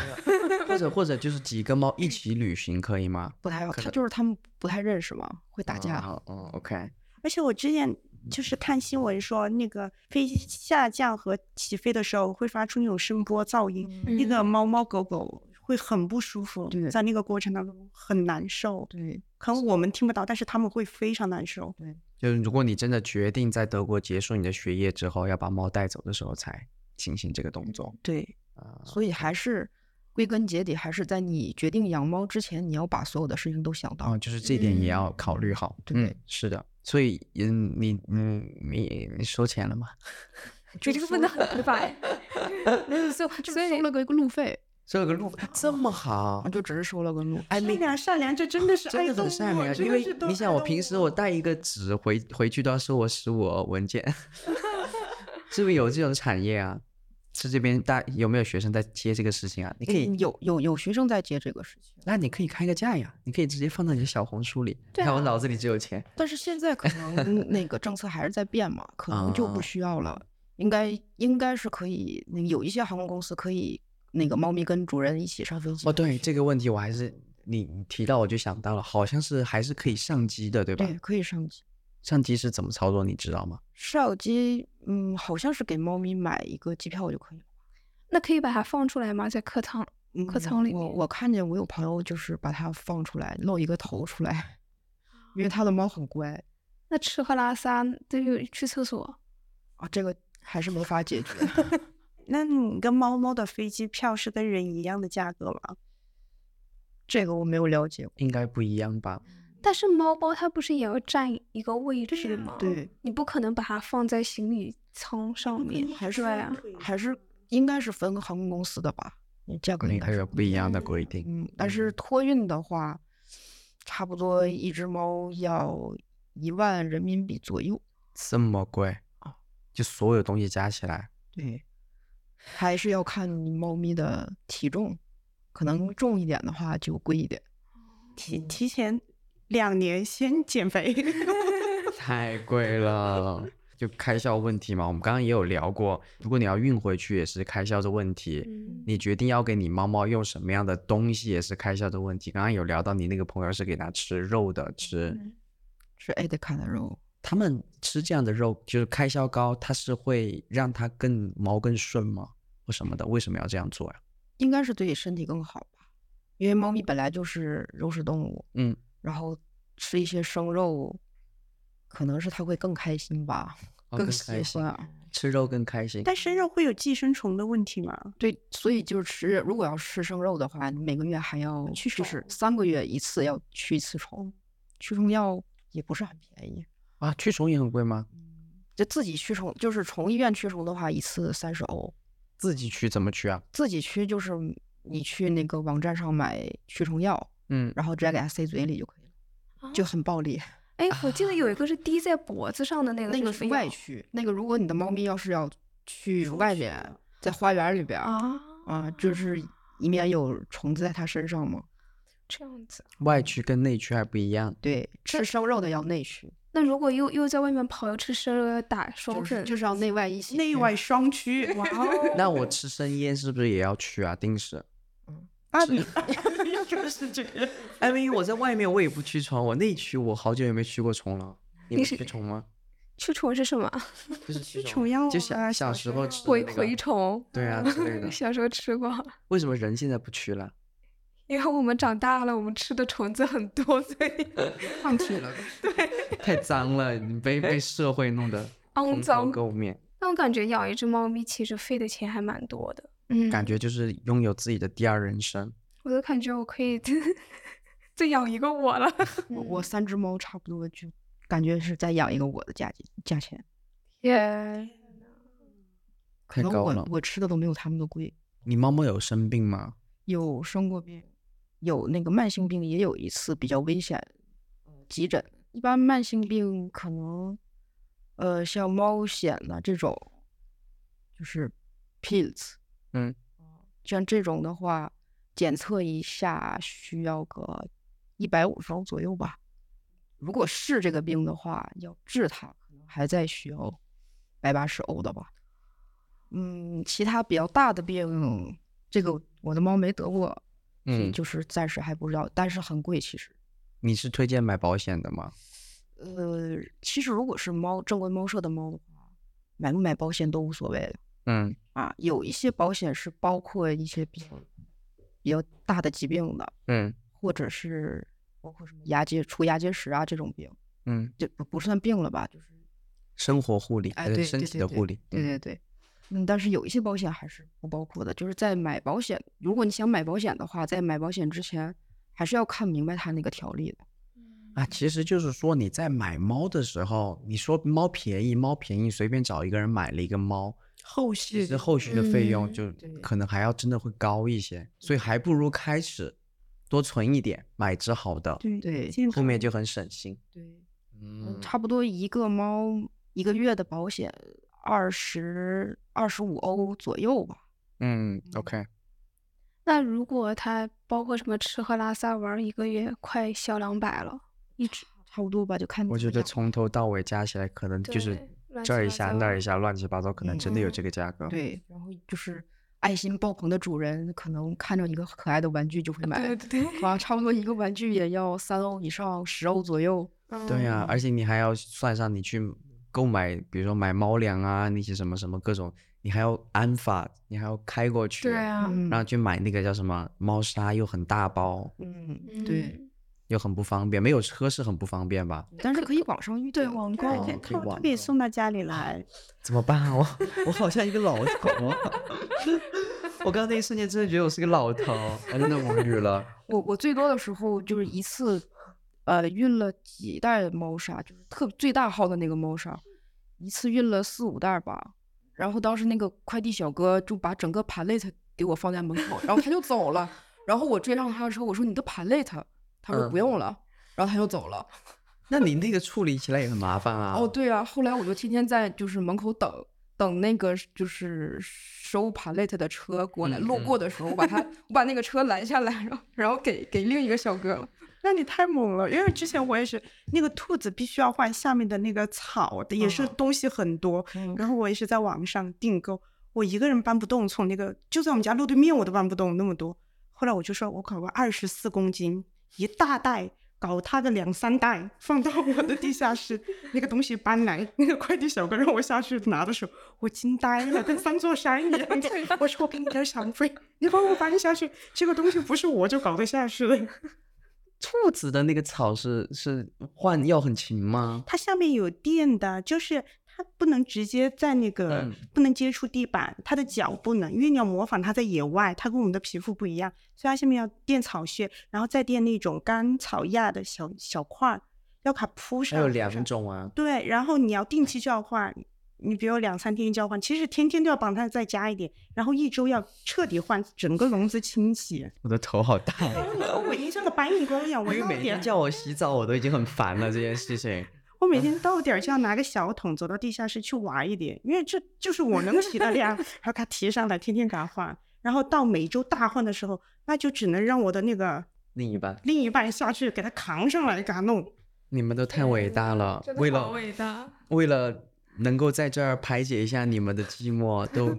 或者或者就是几个猫一起旅行可以吗？
不太好，
可
它
能
就是它们不太认识嘛，会打架。
啊
哦哦，OK，
而且我之前就是
嗯
看新闻说，那个飞机下降和起飞的时候会发出那种声波噪音，那个猫猫狗狗会很不舒服
对，
在那个过程当中很难受。
对，
可能我们听不到，但是他们会非常难受。
就是如果你真的决定在德国结束你的学业之后，要把猫带走的时候才进行这个动作
对，
啊。
所以还是归根结底，还是在你决定养猫之前，你要把所有的事情都想到。
哦，就是这点也要考虑好。
对
嗯，是的。所以，嗯，你，嗯，你你收钱了吗？
你这个问的很直 白，所以所
就收
以
了个路费，
这个路这么好
啊，就只是收了个路。
哎，
善
你
良善良，这真的是
真
爱
的
动
很
物，
善良，啊
真
因
的
为
是都
你
爱
想，我
动
平时
物啊
我带一个纸回回去都要收我十五文 件，是不是有这种产业啊？是这边大有没有学生在接这个事情啊？你可以，
嗯有有有学生在接这个事情，
那你可以开个价呀，你可以直接放到你的小红书里。你
对
看我
啊
脑子里只有钱，
但是现在可能那个政策还是在变嘛，可能就
啊
不需要了。应该应该是可以，那有一些航空公司可以那个猫咪跟主人一起上飞机。
哦，对这个问题，我还是你你提到我就想到了，好像是还是可以上机的，对吧？
对，可以上机。
上机是怎么操作，你知道吗？
少机，嗯，好像是给猫咪买一个机票就可以了。
那可以把它放出来吗？在课堂
嗯
课舱里
我
面
我看见我有朋友就是把它放出来，露一个头出来，因
啊
为他的猫很乖
那吃喝拉撒都
嗯
有去厕所，
啊，这个还是没法解决。
那你跟猫猫的飞机票是跟人一样的价格吗？
这个我没有了解过。
应该不一样吧？
但是猫包它不是也要占一个位置吗？
对，
你不可能把它放在行李舱上
嗯
面，
还是
对
嗯
啊，
还是应该是分航空公司的吧，嗯价格应
应
该
该
是
有不一样的规定。
嗯，但是托运的话，差不多一只猫要一万人民币左右。
这么贵啊？就所有东西加起来，
对，还是要看你猫咪的体重，
嗯
可能重一点的话就贵一点。
提提前两年先减肥。
太贵了，就开销问题嘛。我们刚刚也有聊过，如果你要运回去，也是开销的问题。
嗯
你决定要给你猫猫用什么样的东西，也是开销的问题。刚刚有聊到你那个朋友是给它吃肉的，吃、
是艾德卡的肉，
他们吃这样的肉就是开销高，它是会让它更毛更顺吗？或什么的？为什么要这样做呀、
应该是对身体更好吧？因为猫
哦
咪本来就是肉食动物，
嗯，
然后吃一些生肉，可能是它会更开心吧，
哦
更
更
喜
开心
欢。
吃肉更开心。
但身上会有寄生虫的问 题吗？
对，所以就是吃，如果要吃生肉的话，你每个月还要
驱
就是
虫
三个月一次要驱一次虫，驱虫药也不是很便宜。
啊，驱虫也很贵吗？
就自己驱虫，就是宠物医院驱虫的话，一次三十欧。
自己驱怎么驱啊？
自己驱就是你去那个网站上买驱虫药，
嗯，
然后直接给它塞嘴里就可以了，
哦
就很暴力。
哎，我记得有一个是滴在脖子上的那个，
那个
什
是
么
外
药
驱，那个如果你的猫咪要是要去外面，在花园里边啊、
啊，
就是以免有虫子在它身上嘛。
这样子。
外驱跟内驱还不一样。
对，吃生肉的要内驱，
那如果又又在外面跑，又吃生肉，又打
就
双
是
份，
就是要内外一起。
内外双驱，哇哦！
那我吃生腌是不是也要去啊？定时。
啊，你就是这个，
哎，因为我在外面我也不驱虫，我内驱，我好久也没驱过虫了。你
你
们
是
驱虫吗？
驱虫是什么？
就是驱
虫药
就
啊
小小
小
时
时
候
候
吃的
蛔
那个
蛔虫。
对 啊之类的
小时候吃过，
为什么人现在不驱了？
因为我们长大了，我们吃的虫子很多，所以
放弃了。
太脏了，你 被被社会弄得
肮
蓬头
脏。
垢面，
但我感觉养一只猫咪其实费的钱还蛮多的。
嗯，
感觉就是拥有自己的第二人生。
我都感觉我可以 再养一个我了。
我
嗯
我三只猫差不多就感觉是在养一个我的价钱价钱，
也
太
可能
高
我
了
我吃的都没有它们的贵。
你猫猫有生病吗？
有生过病，有那个慢性病，也有一次比较危险，呃急诊。一般慢性病可能，呃，像猫癣呐这种，就是 pills，
嗯，
像这种的话，检测一下需要个一百五十欧左右吧。如果是这个病的话，要治它可能还在需要百八十欧的吧。嗯，其他比较大的病，这个我的猫没得过，所以
嗯
就是暂时还不知道，但是很贵其实。
你是推荐买保险的吗？
呃，其实如果是猫正规猫舍的猫的话，买不买保险都无所谓了
嗯
啊。有一些保险是包括一些比较比较大的疾病的，
嗯
或者是包括什么牙结除牙结石啊这种病，
嗯，
这不不算病了吧？就是
生活护理
哎，
还
对
是身
对
体
对
的
对
护理？
对对对。嗯，但是有一些保险还是不包括的，就是在买保险，如果你想买保险的话，在买保险之前还是要看明白它那个条例的。
啊，其实就是说你在买猫的时候，你说猫便宜，猫便宜，随便找一个人买了一个猫，
后
其
续
实后续的费用
嗯
就
对
可能还要真的会高一些，所以还不如开始多存一点，买只好的，
对
对
健
后
康
面就很省心。
对，
嗯
差不多一个猫一个月的保险二十二十五欧左右吧。
嗯，OK，
那如果它包括什么吃喝拉撒玩儿，一个月快小两百了，一只
差不多吧，就看你
我
怎
觉
么
得
养
从头到尾加起来可能就是
对乱
这
七
儿一
八
下
糟
那儿一下乱七八糟，可能真的有
嗯
这个价格。，
对，然后就是爱心爆棚的主人，可能看着一个可爱的玩具就会买，
对对对，
哇，差不多一个玩具也要三欧以上，十欧左右。
对呀、
嗯
而且你还要算上你去购买，比如说买猫粮啊，那些什么什么各种，你还要安法，你还要开过去，
对啊，
嗯
然后去买那个叫什么猫砂，又很大包，
嗯，对，
嗯，
又很不方便，没有车是很不方便吧？
但是可以网上预
对
定
网
对
购
可以
可以
靠
网
特别
购
送到家里来，
怎么办啊？我我好像一个老头啊， 我刚刚那一瞬间真的觉得我是个老头，哎，真的无语了。
我我最多的时候就是一次，呃，运了几袋猫砂，就是特最大号的那个猫砂，一次运了四五袋儿吧。然后当时那个快递小哥就把整个 pallet 给我放在门口，然后他就走了。然后我追上他的时候，我说你的 pallet，他说
嗯
不用了，然后他就走了。
那你那个处理起来也很麻烦啊。
哦，对啊，后来我就天天在就是门口等等那个就是收 pallet 的车过来，
嗯
路
嗯
过的时候我把他我把那个车拦下来，然后然后给给另一个小哥了。
那你太猛了，因为之前我也是，那个兔子必须要换下面的那个草的，也是
嗯
东西很多，
嗯
然后我也是在网上订购，我一个人搬不动，从那个就在我们家路对面我都搬不动那么多。后来我就说，我搞个二十四公斤，一大袋，搞他个两三袋，放到我的地下室，那个东西搬来，那个快递小哥让我下去拿的时候，我惊呆了，跟三座山一样。 我说我给你点儿小费，你帮我搬下去，这个东西不是我就搞得下去的。
兔子的那个草是是换药很勤吗？
它下面有垫的，就是它不能直接在那个、
嗯
不能接触地板，它的脚不能，因为你要模仿它在野外，它跟我们的皮肤不一样，所以它下面要垫草屑，然后再垫那种干草压的小小块儿，要卡铺
还
上。
有
铺
两
上
种啊，
对，然后你要定期交换，你比如两三天交换，其实天天都要帮它再加一点，然后一周要彻底换整个笼子清 洗。
我的头好大呀、
哎我已经像个搬运工一样，
因
我
为
到
每
点
天叫我洗澡，我都已经很烦了这件事情。
我 每天到点儿就要拿个小桶走到地下室去玩一点，因为这就是我能提的量，然后给它提上来，天天给它换。然后到每周大换的时候，那就只能让我的那个
另一半，
另一半下去给它扛上来，给它弄。
你们都太伟大了，
真的
为
好
了
伟大，
为了能够在这儿排解一下你们的寂寞， 都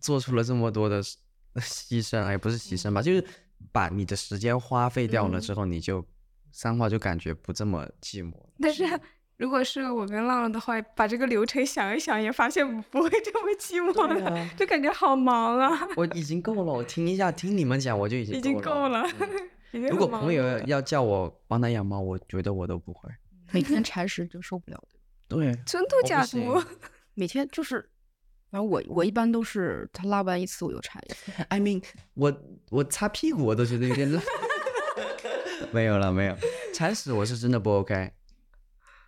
做出了这么多的牺牲，哎，不是牺牲吧，就是把你的时间花费掉了之
嗯
后，你就三话就感觉不这么寂寞。
但是。 如果是我跟浪浪的话，把这个流程想一想，也发现不会这么寂寞
对
了，
啊
就感觉好忙啊，
我已经够了，我听一下，听你们讲我就已经
已经够了。
嗯
已经
如果
很忙
朋友
了
要要叫我帮他养猫，我觉得我都不会。
每天铲屎就受不了的。
对，
真度
不
假
行
毒，
每天就是，反正我我一般都是他拉完一次我就铲一次。
I mean，我我擦屁股我都觉得有点烂。没有了，没有，铲屎我是真的不 OK。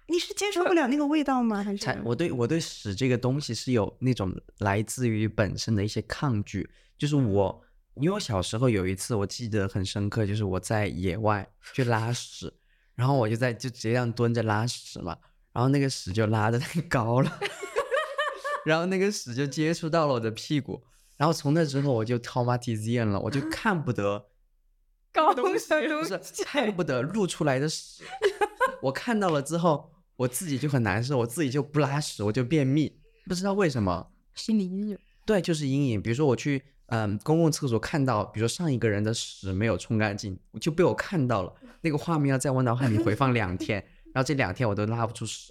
你是接受不了那个味道吗？还是
铲我对我对屎这个东西是有那种来自于本身的一些抗拒，就是我因为我小时候有一次我记得很深刻，就是我在野外去拉屎，然后我就在就直接这样蹲着拉屎嘛，然后那个屎就拉的太高了， 然后那个屎就接触到了我的屁股，然后从那之后我就 traumatization 了，我就看不得
高的
不
东
是
西，
恨不得露出来的屎，我看到了之后，我自己就很难受，我自己就不拉屎，我就便秘，不知道为什么。
心理阴影。
对，就是阴影。比如说我去嗯公共厕所看到，比如说上一个人的屎没有冲干净，就被我看到了，那个画面要在我脑海里回放两天， 然后这两天我都拉不出屎。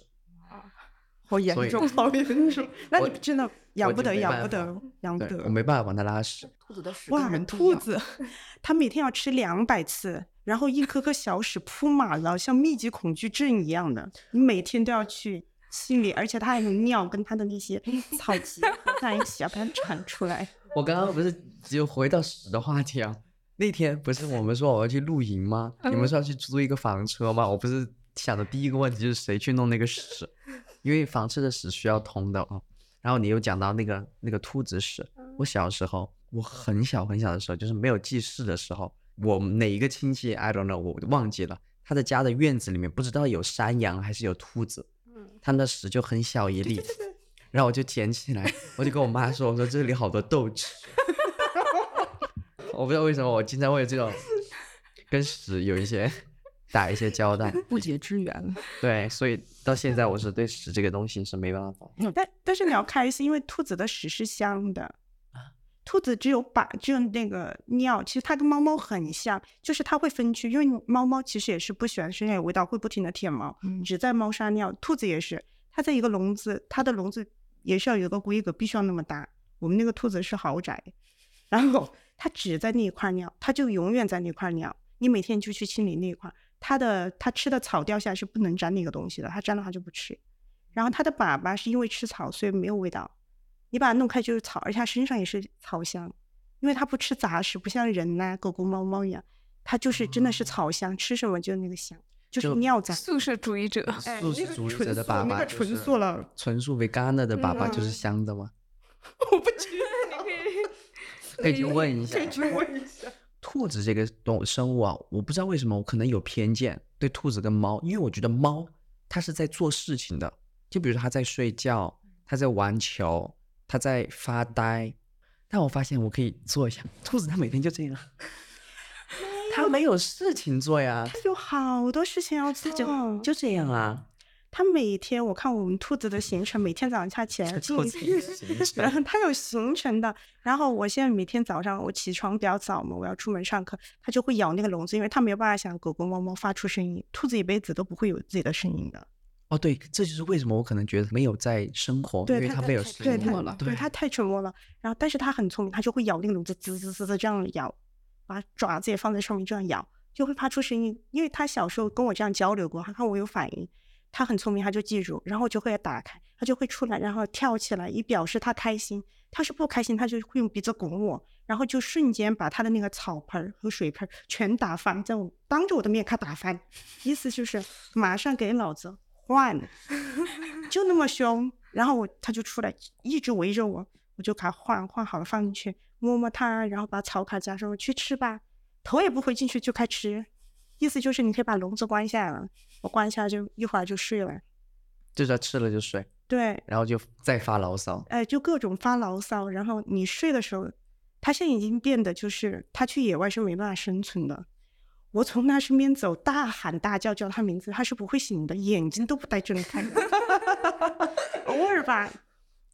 好严
所以
重，好严 重。那
我
你真的养不
就
得，
没
养
办
不
法
得，养不
对，我
得。
没办法帮他拉屎。
兔子的屎
哇
跟人，不一
兔
样，
子，它每天要吃两百次，然后一颗颗小屎铺满了，像密集恐惧症一样的，你每天都要去清理，而且它还有尿跟它的那些草瘠合在一起，要把它铲出来。
我刚刚不是只有回到屎的话题啊？那天不是我们说我要去露营吗？你们说要去租一个房车吗？我不是想的第一个问题就是谁去弄那个屎，因为房车的屎需要通的啊。然后你又讲到那个那个兔子屎，我小时候，我很小很小的时候，就是没有记事的时候，我哪一个亲戚 I don't know，我忘记了，他的家的院子里面不知道有山羊还是有兔子，他们的屎就很小一粒，然后我就捡起来，我就跟我妈说，我说这里好多豆豉， 我不知道为什么我经常会有这种跟屎有一些打一些交道，
不解之缘。
对，所以到现在我是对屎这个东西是没办法，
但但是你要开心，因为兔子的屎是香的。
啊
兔子只有把只有那个尿，其实它跟猫猫很像，就是它会分区，因为猫猫其实也是不喜欢身上有味道，会不停的舔毛，
嗯
只在猫砂尿。兔子也是，它在一个笼子，它的笼子也是要有一个规格，必须要那么大。我们那个兔子是豪宅，然后它只在那一块尿，它就永远在那块尿。你每天就去清理那一块，它的它吃的草掉下来是不能沾那个东西的，它沾了它就不吃。然后它的粑粑是因为吃草，所以没有味道。你把它弄开就是草，而且它身上也是草香，因为它不吃杂食，不像人呐、狗狗、猫猫一样，它就是真的是草香，吃什么就那个香，就是
就
尿在。
素食主义者，
哎
素
那
食
个
主义
纯
者的
素
粑
那
粑
个
就
纯
是
素了
纯素 vegan 的粑粑就是
嗯
香的吗？
我不知
你可以
可以去问一下。
问一下，
兔子这个动生物啊，我不知道为什么，我可能有偏见对兔子跟猫，因为我觉得猫它是在做事情的，就比如说它在睡觉，它在玩球，它在发呆。但我发现我可以做一下，兔子它每天就这样，它没有事情做呀，
有好多事情要做。
就就这样啊。
它每天，我看我们兔子的行程，每天早上它起来
兔子也是行
然
程
后它有行程的。然后我现在每天早上我起床比较早嘛，我要出门上课，它就会咬那个笼子，因为它没有办法像狗狗、猫猫发出声音，兔子一辈子都不会有自己的声音的。
哦，对，这就是为什么我可能觉得没有在生活，因
对
为
它
它
太
没有
太
事
对
情
它
做
对它太沉默了。然后，但是它很聪明，它就会咬那个笼子，滋滋滋滋这样咬，把爪子也放在上面这样咬，就会发出声音。因为它小时候跟我这样交流过，它看我有反应，它很聪明，它就记住，然后就会打开，它就会出来，然后跳起来，以表示它开心。它是不开心，它就会用鼻子拱我，然后就瞬间把它的那个草盆儿和水盆儿全打翻，在我当着我的面咔打翻，意思就是马上给老子换。就那么凶。然后我他就出来，一直围着我，我就给他换换好了放进去，摸摸它，然后把草卡夹上，我去吃吧，头也不回进去就开吃，意思就是你可以把笼子关下来了，我关下来就一会儿就睡了。
就是它吃了就睡，
对，
然后就再发牢骚。
哎，就各种发牢骚，然后你睡的时候，他现在已经变得就是他去野外是没办法生存的。我从他身边走，大喊大叫叫他名字，他是不会醒的，眼睛都不带睁开的偶尔吧，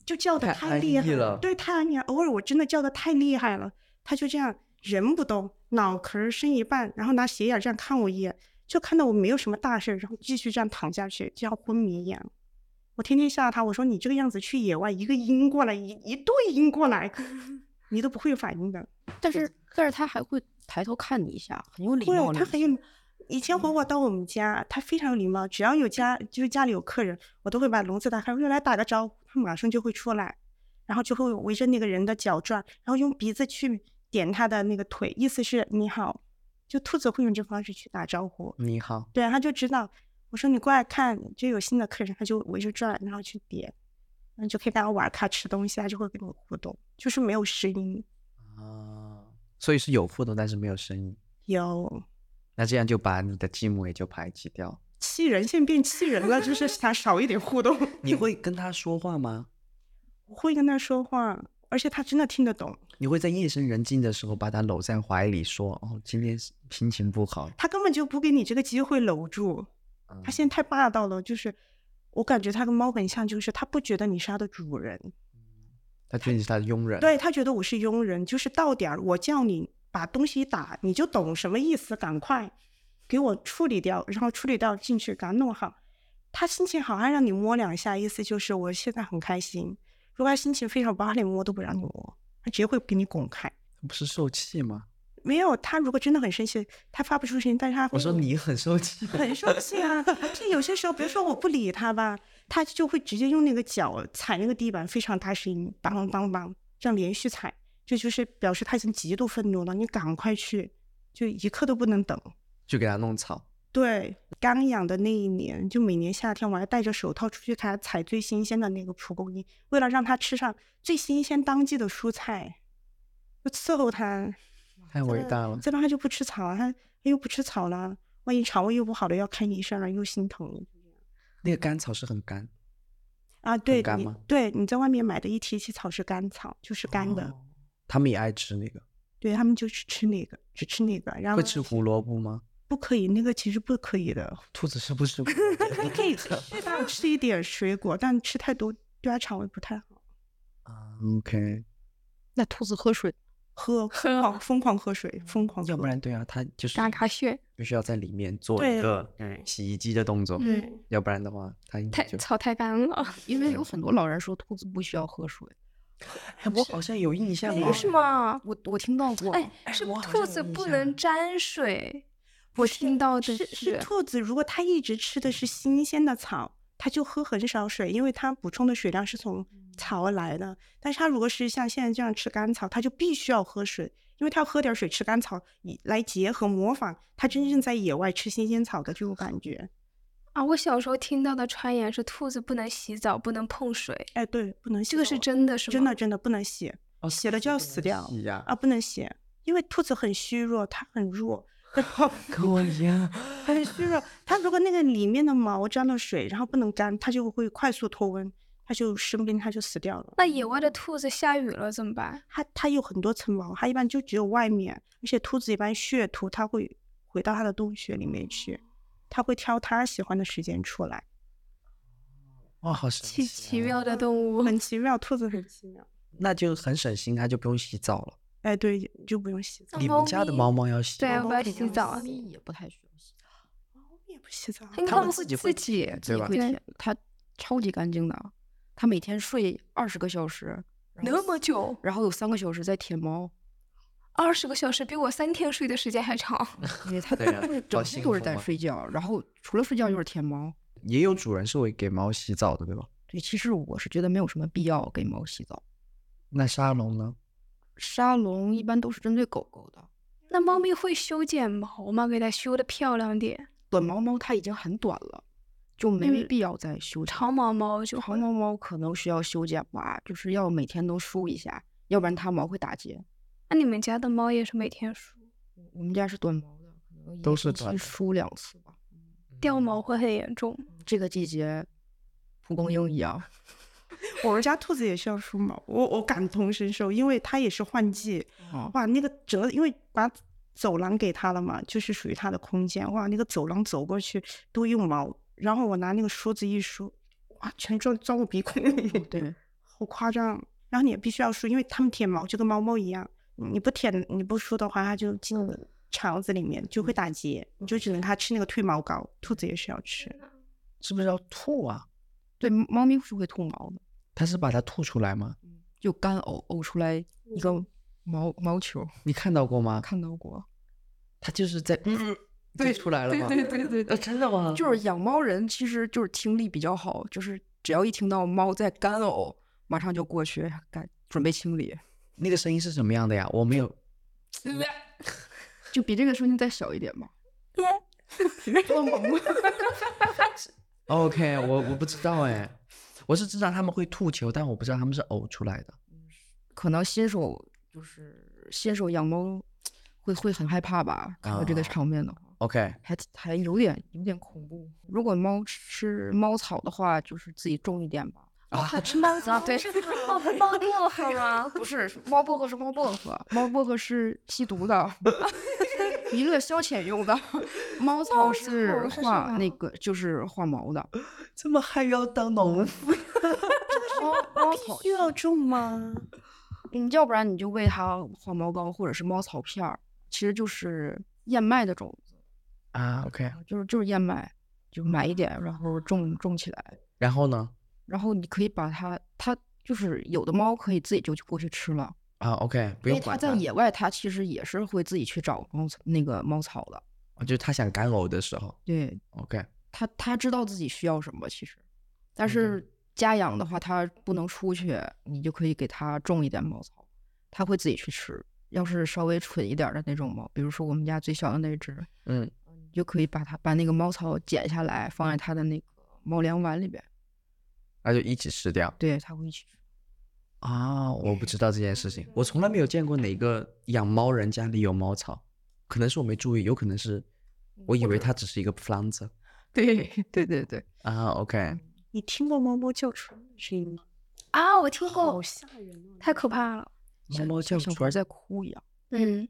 就叫的
太
太
安
厉害
逸了
对，太安逸了。偶尔我真的叫的太厉害了，他就这样人不动，脑壳儿伸一半，然后拿斜眼儿这样看我一眼，就看到我没有什么大事儿，然后继续这样躺下去，就像昏迷一样。我天天吓他，我说你这个样子去野外，一个鹰过来，一一对鹰过来，你都不会有反应的。
但是但是它还会抬头看你一下，很有礼
会，啊哦
貌。
他很有。以前火火到我们家，他非常有礼貌，只要有家就是家里有客人，我都会把笼子打开，我说来打个招呼，他马上就会出来，然后就会围着那个人的脚转，然后用鼻子去点他的那个腿，意思是你好，就兔子会用这方式去打招呼。
你好，
对，啊他就知道。我说你过来看，就有新的客人，他就围着转，然后去点，然后就可以带他玩儿咖吃东西，他就会跟你互动，就是没有声音。
啊，所以是有互动，但是没有声音。
有
那这样就把你的寂寞也就排挤掉。
气人，现在变气人了， 就是想少一点互动。
你会跟他说话吗？
我会跟他说话，而且它真的听得懂。
你会在夜深人静的时候把它搂在怀里说：“哦，今天是心情不好。
他根本就不给你这个机会搂住，
嗯”
他现在太霸道了，就是我感觉他跟猫很像，就是他不觉得你是他的主人，
他觉得你是他的佣人，
对他觉得我是佣人，就是到点儿我叫你把东西打，你就懂什么意思，赶快给我处理掉，然后处理掉进去，给他弄好。他心情好还让你摸两下，意思就是我现在很开心。如果他心情非常不好，他连摸都不让你摸，他直接会给你拱开。
不是受气吗？
没有，他如果真的很生气，他发不出声音，但是他会
我说你很受气，
很生气啊！这有些时候，比如说我不理他吧，他就会直接用那个脚踩那个地板，非常大声音，梆梆梆梆，这样连续踩，这就是表示他已经极度愤怒了。你赶快去，就一刻都不能等。
就给他弄草。
对，刚养的那一年，就每年夏天，我还戴着手套出去给他采最新鲜的那个蒲公英，为了让他吃上最新鲜当季的蔬菜，就伺候他。
太伟大了！
再不然他就不吃草啊，他他又不吃草了，万一肠胃又不好了，要看医生了，又心疼了。
那个干草是很干，
啊，对，
干
你
吗
对，你在外面买的一提起草是干草，就是干的。
哦他们也爱吃那个。
对他们就只吃那个，只吃那个，然后
会吃胡萝卜吗？
不可以，那个其实不可 以的。
兔子是不吃胡萝卜
你可以吃它吃一点水果，但吃太多对它肠胃不太好。
啊？OK，
那兔子喝水，
喝疯狂疯狂喝水，疯狂
要
喝
不然对啊，它就是
打卡穴，
必须要在里面做
对
一个洗衣机的动作，
嗯，
要不然的话它应
太
该就。
草太干了，
因为有很多老人说兔子不需要喝水，
哎，我好像有印象哦，
是
아,
吗？
我我听到过，
哎，是
我好像
兔子
有印
不
象
能沾水，
不
我
是
听到的
是是兔子，如果它一直吃的是新鲜的草，它就喝很少水，因为它补充的水量是从
嗯
草而来的。但是它如果是像现在这样吃干草，它就必须要喝水，因为它要喝点水吃干草，以来结合模仿它真
嗯
正在野外吃新鲜草的这种感觉。
啊！我小时候听到的传言是兔子不能洗澡，不能碰水，
哎，对，不能洗
这个
澡
是真的是吗？
真的真的不能洗
哦
洗了就要死掉
洗呀
啊，不能洗，因为兔子很虚弱，它很弱。然后
跟我一样。
很虚弱。它如果那个里面的毛沾了水，然后不能干，它就会快速脱温，它就生病，它就死掉了。
那野外的兔子下雨了怎么办？
它它有很多层毛，它一般就只有外面，而且兔子一般血兔它会回到它的洞穴里面去，它会挑它喜欢的时间出来。
哇，好神
奇
奇、啊
奇。妙的动物，
很奇妙，兔子很奇妙。
那就很省心，它就不用洗澡了。
哎，对，你就不用洗澡，
那
你
猫
们家的
咪
猫猫要洗
对啊
吗，
要不要洗澡
猫咪也不太需要洗澡，
也不洗澡。
应该
它们
会
自己
自
会
己
舔
自
对
己
吧
会舔，它超级干净的，它每天睡二十个小时，然后
那么久，
然后有三个小时在舔猫，
二十个小时比我三天睡的时间还 长。
因为它
对呀
就是
好
整
幸
天都是
福
在
啊
睡觉，然后除了睡觉就是舔猫。
也有主人是会给猫洗澡的，对吧？
对，其实我是觉得没有什么必要给猫洗澡，
那沙龙呢？
沙龙一般都是针对狗狗的，
那猫咪会修剪毛吗？给它修的漂亮点，
短毛猫它已经很短了，就没
嗯
必要再修剪。
长毛猫就
长
会
毛猫可能需要修剪吧，就是要每天都梳一下，要不然它毛会打结。
那你们家的猫也是每天梳，
我们家是短毛的，可能一
都
个
是
星期
短的
梳两次吧。
掉毛会很严重吗。
这个季节，蒲公英一样，
我们家兔子也是要梳毛，我我感同身受，因为它也是换季，
嗯
哦
哇，那个折，因为把走廊给他了嘛，就是属于他的空间。哇，那个走廊走过去都用毛，然后我拿那个梳子一梳，哇，全撞撞我鼻孔里，
哦
对，
好夸张。然后你也必须要梳，因为它们舔毛就跟猫猫一样，嗯你不舔你不梳的话，它就进
嗯
你肠子里面就会打结，你就只能给它吃那个褪毛膏。兔子也是要吃，
是不是要吐啊？
对，猫咪是会吐毛的，
它是把它吐出来吗？
就干呕呕出来一个毛毛球，
你看到过吗？
看到过。
它就是在嗯，对出来了吗？
对对
呃，真的吗？
就是养猫人其实就是听力比较好，就是只要一听到猫在干呕，马上就过去干准备清理，
那个声音是什么样的呀？我没有，
就比这个声音再小一点吧。
做萌了。
OK，我我不知道哎，我是知道他们会吐球，但我不知道他们是呕出来的。
可能新手就是新手养猫会会很害怕吧，看到这个
啊
场面的话，
OK，
还还有点有点恐怖。如果猫吃猫草的话，就是自己种一点吧。
啊，
吃猫子对， 是猫猫薄荷吗？
啊不是猫薄荷是猫薄荷，猫薄荷是吸毒的， 娱乐消遣用的。猫草是
草是什
画那
么
个就是画毛的，
这么还要当农夫？
猫猫草
需要种吗？
嗯，要不然你就喂它黄毛膏或者是猫草片儿，其实就是燕麦的种子，
啊，OK，
就是就是燕麦，就买一点，然后种种起来，
然后呢？
然后你可以把它，它就是有的猫可以自己就去过去吃了，
啊，OK，不用
因为它
管
在野外它其实也是会自己去找猫草那个猫草的，
哦就是他想干呕的时候
对
，OK，
它它知道自己需要什么其实，但
OK
是家养的话它不能出去，你就可以给它种一点猫草，它会自己去吃。要是稍微蠢一点儿的那种猫，比如说我们家最小的那只，
嗯，
你就可以把它把那个猫草剪下来，放在它的那个猫粮碗里边，
那就一起吃掉
对，它会一起吃。
啊。我不知道这件事情，我从来没有见过哪个养猫人家里有猫草，可能是我没注意，有可能是我以为它只是一个 plant
对对对对，
啊。OK，
嗯
你听过猫猫叫床的声音吗？
啊，我听
好
过，
吓人哦！
太可怕了。
猫猫叫
像小
春
孩
儿
在哭一样。
嗯，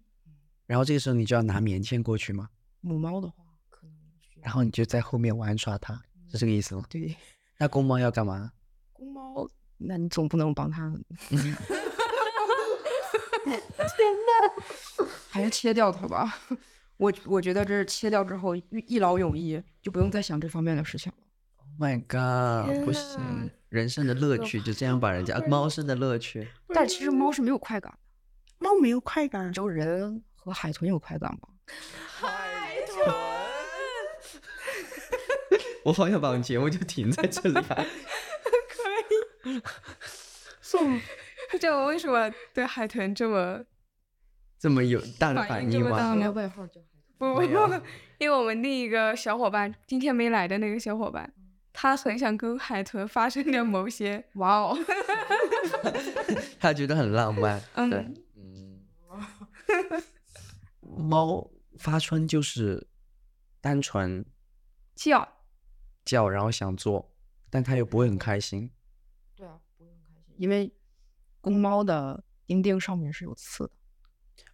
然后这个时候你就要拿棉签过去吗？
母猫的话，可能需要
然后你就在后面玩耍它，是这个意思吗？
对
那公猫要干嘛？
公猫，那你总不能帮 它， 还是切掉它吧。我我觉得这是切掉之后一一劳永逸，就不用再想这方面的事情了。
Oh My God，
天啊
不
呐
行！人生的乐趣就这样把人家猫生的乐趣，
但其实猫是没有快感，
猫没有快感啊
只，有人和海豚有快感吧。
我好想把我们节目就停在这里 啊！
不知道我为什么对海豚这么
这么有大的
反
反
应这
应
么
吗
大？
应该外号叫海
不
豚。
不 用，因为我们另一个小伙伴今天没来的那个小伙伴，他很想跟海豚发生点嗯某些，
哇哦，
他觉得很浪漫。对，
嗯，
嗯，猫发春就是单纯
叫
叫，然后想做，但它又不会很开心。
对啊，不用开心，因为公猫的丁丁上面是有刺的，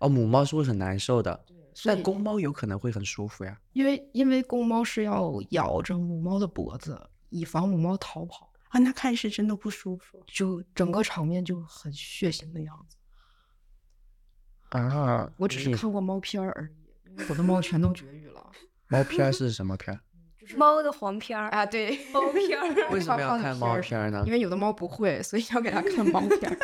哦，母猫是会很难受的，
所
但
以
公猫有可能会很舒服呀。
因为因为公猫是要咬着母猫的脖子，以防母猫逃跑，
啊，那看是真的不舒服。
就整个场面就很血腥的样子。
啊，
我只是看过猫片儿而已，因为我的猫全都绝育了。
猫片儿是什么片儿？
猫的黄片儿，
啊，对，
猫片儿，
为什么要
放的
看
片
猫
儿
片儿呢
因？为有的猫不会，所以要给它看猫 片儿。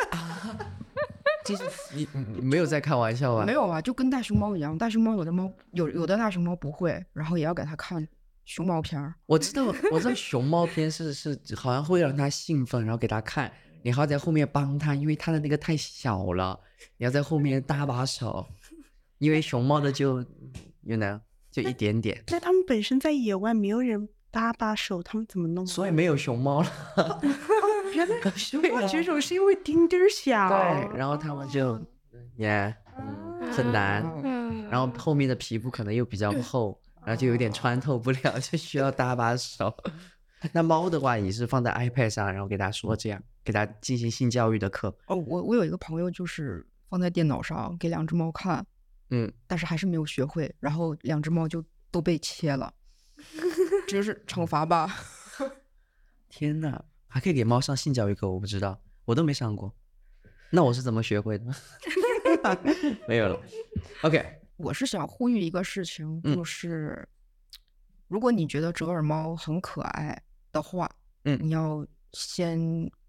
这是你你你没有在开玩笑吧？
没有啊，就跟大熊猫一样，大熊猫有的猫有有的大熊猫不会，然后也要给它看熊猫片儿。
我知道，我知道熊猫片是是好像会让它兴奋，然后给它看，你还要在后面帮它，因为它的那个太小了，你要在后面搭把手，因为熊猫的就，you know，就一点点，
那他们本身在野外没有人搭把手，他们怎么弄啊？
所以没有熊猫了。
原来熊猫绝种是因为丁丁儿小。
啊对，然后它们就，yeah，嗯，很难，
嗯，
然后后面的皮肤可能又比较厚，然后就有点穿透不了， 就需要搭把手。 那猫的话，也是放在 iPad 上，然后给它说这样，给它进行性教育的课。
哦，我我有一个朋友就是放在电脑上给两只猫看，
嗯，
但是还是没有学会，然后两只猫就都被切了， 这就是惩罚吧？
天呐，还可以给猫上性教育课，我不知道，我都没上过。那我是怎么学会的？ 没有了。OK，
我是想呼吁一个事情，
嗯
就是、如果你觉得折耳猫很可爱的话，
嗯
你要先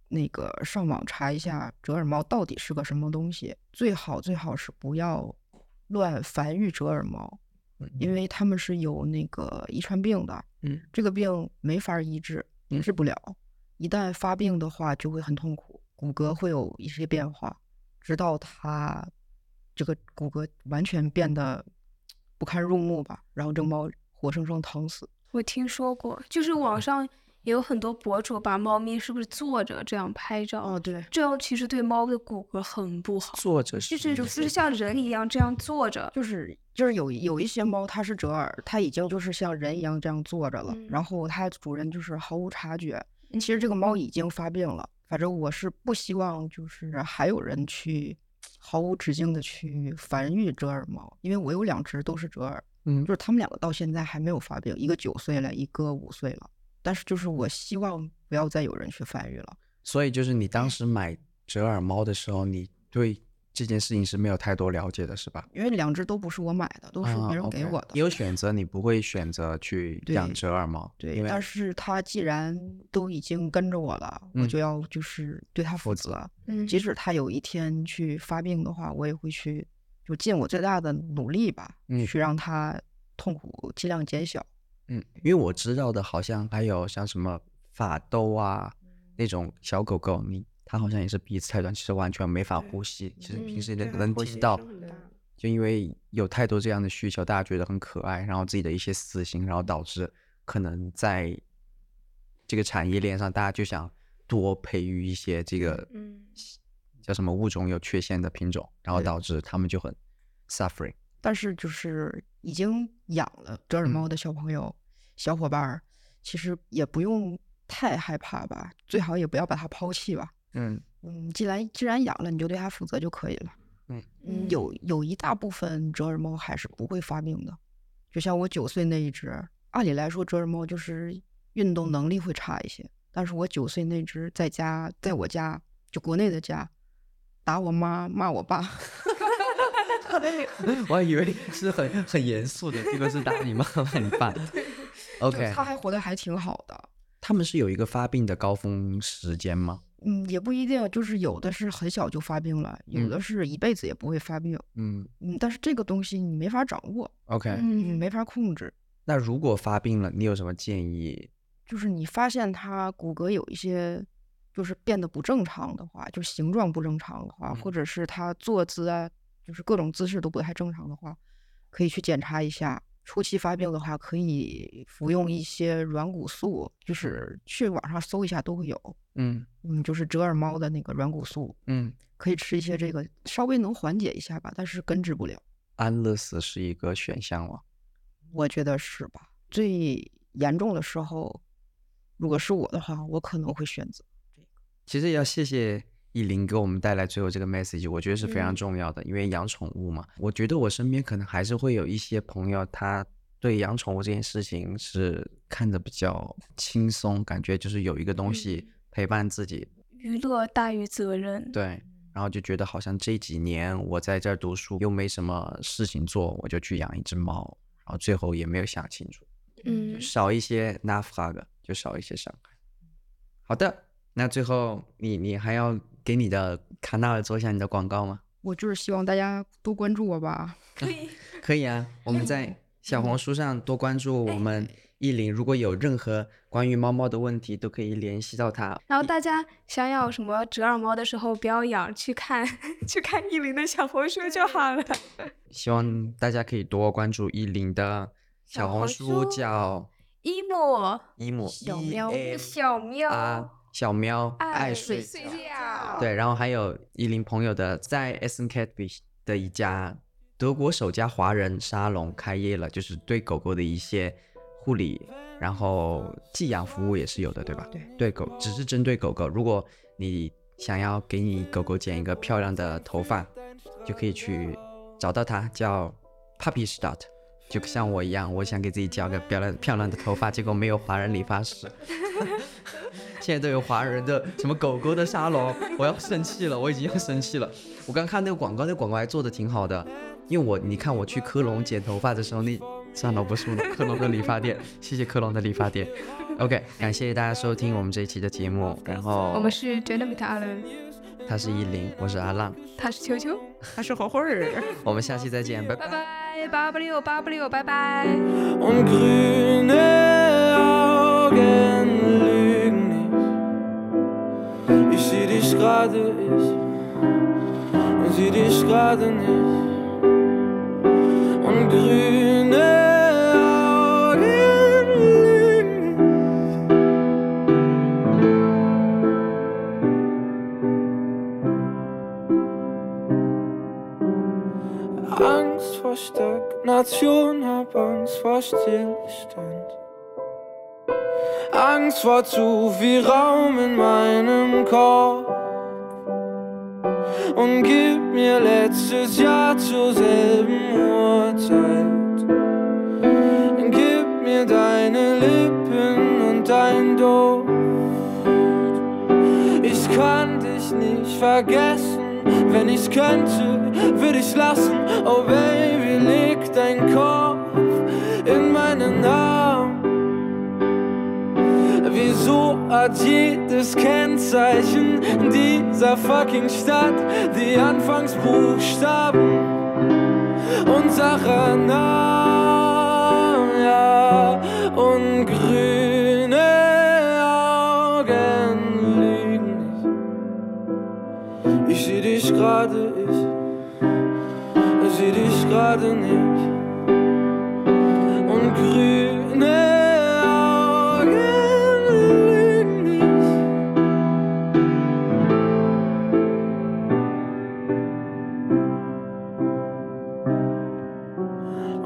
那个上网查一下折耳猫到底是个什么东西，最好最好是不要乱繁育折耳猫，因为它们是有那个遗传病的，
嗯，
这个病没法儿医治，
嗯
治不了，一旦发病的话就会很痛苦，骨骼会有一些变化，直到它这个骨骼完全变得不堪入目吧，然后这个猫活生生疼死。
我听说过，就是网上也有很多博主把猫咪是不是坐着这样拍照，
哦，对，
这样其实对猫的骨骼很不好，
作者
就是是就是像人一样这样坐着，
就是就是有有一些猫它是折耳，它已经就是像人一样这样坐着了，
嗯
然后它主人就是毫无察觉，其实这个
嗯
猫已经发病了，反正我是不希望就是还有人去毫无止境的去繁育折耳猫，因为我有两只都是折耳，
嗯
就，是它们两个到现在还没有发病，一个九岁了，一个五岁了。但是就是我希望不要再有人去繁育了。
所以就是你当时买折耳猫的时候，你对这件事情是没有太多了解的，是吧？
因为两只都不是我买的，都是
啊
别人给
OK
我的。
你有选择，你不会选择去养
对
折耳猫，
对
因，为
但是它既然都已经跟着我了，我
嗯
就要就是对它负
负责
责。
嗯
即使它有一天去发病的话，我也会去就尽我最大的努力吧，
嗯
去让它痛苦尽量减小。
嗯，因为我知道的，好像还有像什么法斗啊那种小狗狗，你它好像也是鼻子太短，其实完全没法呼吸。其实平
嗯
时
对
能
它
能
呼
听
吸
到
声，很大
就因为有太多这样的需求，大家觉得很可爱，然后自己的一些私心，然后导致可能在这个产业链上，大家就想多培育一些这个
嗯
叫什么物种有缺陷的品种，然后
对
导致它们就很 suffering。
但是就是已经养了折耳
嗯
猫的小朋友、小伙伴儿，其实也不用太害怕吧，最好也不要把它抛弃吧。
嗯
嗯，既然既然养了，你就对它负责就可以了。
嗯
有有一大部分折耳猫还是不会发病的，就像我九岁那一只，按理来说折耳猫就是运动能力会差一些，但是我九岁那只在家，在我家就国内的家，打我妈骂我爸，
我还以为是很很严肃的，这个是打你妈骂你爸。OK，
它还活得还挺好的。
他们是有一个发病的高峰时间吗？
嗯，也不一定，就是有的是很小就发病了，有
嗯
的是一辈子也不会发病。
嗯
嗯，但是这个东西你没法掌握，
，OK。
你
嗯
没法控制。
那如果发病了，你有什么建议？
就是你发现它骨骼有一些就是变得不正常的话，就形状不正常的话，或
嗯
者是它坐姿啊，就是各种姿势都不太正常的话，可以去检查一下。初期发
嗯
病的话，可以服用一些软骨素，就是去网上搜一下都会有。
嗯
嗯，就是折耳猫的那个软骨素，
嗯，嗯
可以吃一些这个，稍微能缓解一下吧，但是根治不了，
安乐死是一个选项吗？
我觉得是吧？最严重的时候，如果是我的话，我可能会选择。
其实也要谢谢意林给我们带来最后这个 message，我觉得是非常
嗯
重要的，因为养宠物嘛，我觉得我身边可能还是会有一些朋友，他对养宠物这件事情是看得比较轻松，感觉就是有一个东
嗯
西陪伴自己，
娱乐大于责任，
对，然后就觉得好像这几年我在这儿读书又没什么事情做，我就去养一只猫，然后最后也没有想清楚，
嗯
少一些 n a f r a g 就少一些伤害。好的，那最后你你还要给你的卡纳尔做一下你的广告吗？
我就是希望大家多关注我吧。
可以啊，我们在小红书上多关注我们意林，如果有任何关于猫猫的问题，都可以联系到他。
然后大家想要什么折耳猫的时候，不要养，去看 去看意林的小红书就好了。
希望大家可以多关注意林的小
小
红
红
书，
书
叫
一木
伊姆
小
E
喵
M
小喵
啊，小喵爱
睡
睡
觉，对
对，然后还有伊林朋友的在 S N Cat b i s h 的一家德国首家华人沙龙开业了，就是对狗狗的一些护理，然后寄养服务也是有的，对吧？
对，
对狗只是针对狗狗，如果你想要给你狗狗剪一个漂亮的头发，就可以去找到它，叫 Puppy Start。就像我一样，我想给自己剪个漂亮漂亮的头发，结果没有华人理发师。 现在都有华人的什么狗狗的沙龙，我要生气了，我已经要生气了。我刚看那个广告，那广告还做的挺好的，因为我你看我去科隆剪头发的时候，那算了，我不说了，科隆的理发店，谢谢科隆的理发店。OK，感谢大家收听我们这一期的节目，然后
我们是真的比他阿伦，
他是依林，我是阿浪，
他是球球，
它是火 火儿。
我们下期再见，拜拜
拜。拜八八六八八六，拜拜。
Und grüne Augen lügen nicht. Ich seh dich gerade, ich und seh dich gerade nicht. Und grüne Augen lügen nicht. Angst vor Stagnation, hab Angst vor Stillstand. Angst Angst vor zu viel Raum in meinem Kopf. Und gib mir letztes Jahr zur selben Uhrzeit. Und gib mir deine Lippen und dein Duft. Ich kann dich nicht vergessen. Wenn ich's könnte, würde ich's lassen. Oh Baby, leg dein Kopf in meinen Arm. Wieso hat jedes Kennzeichen dieser fucking Stadt die Anfangsbuchstaben unserer Namen? Ja, und grüne Augen lügen nicht. Ich seh dich gerade, ich seh dich gerade nicht und grüne Augen lügen nicht.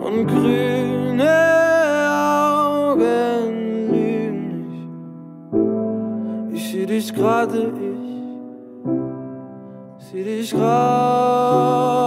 Und grüne Augen lügen nicht. Ich seh dich gerade, ich seh dich gerade.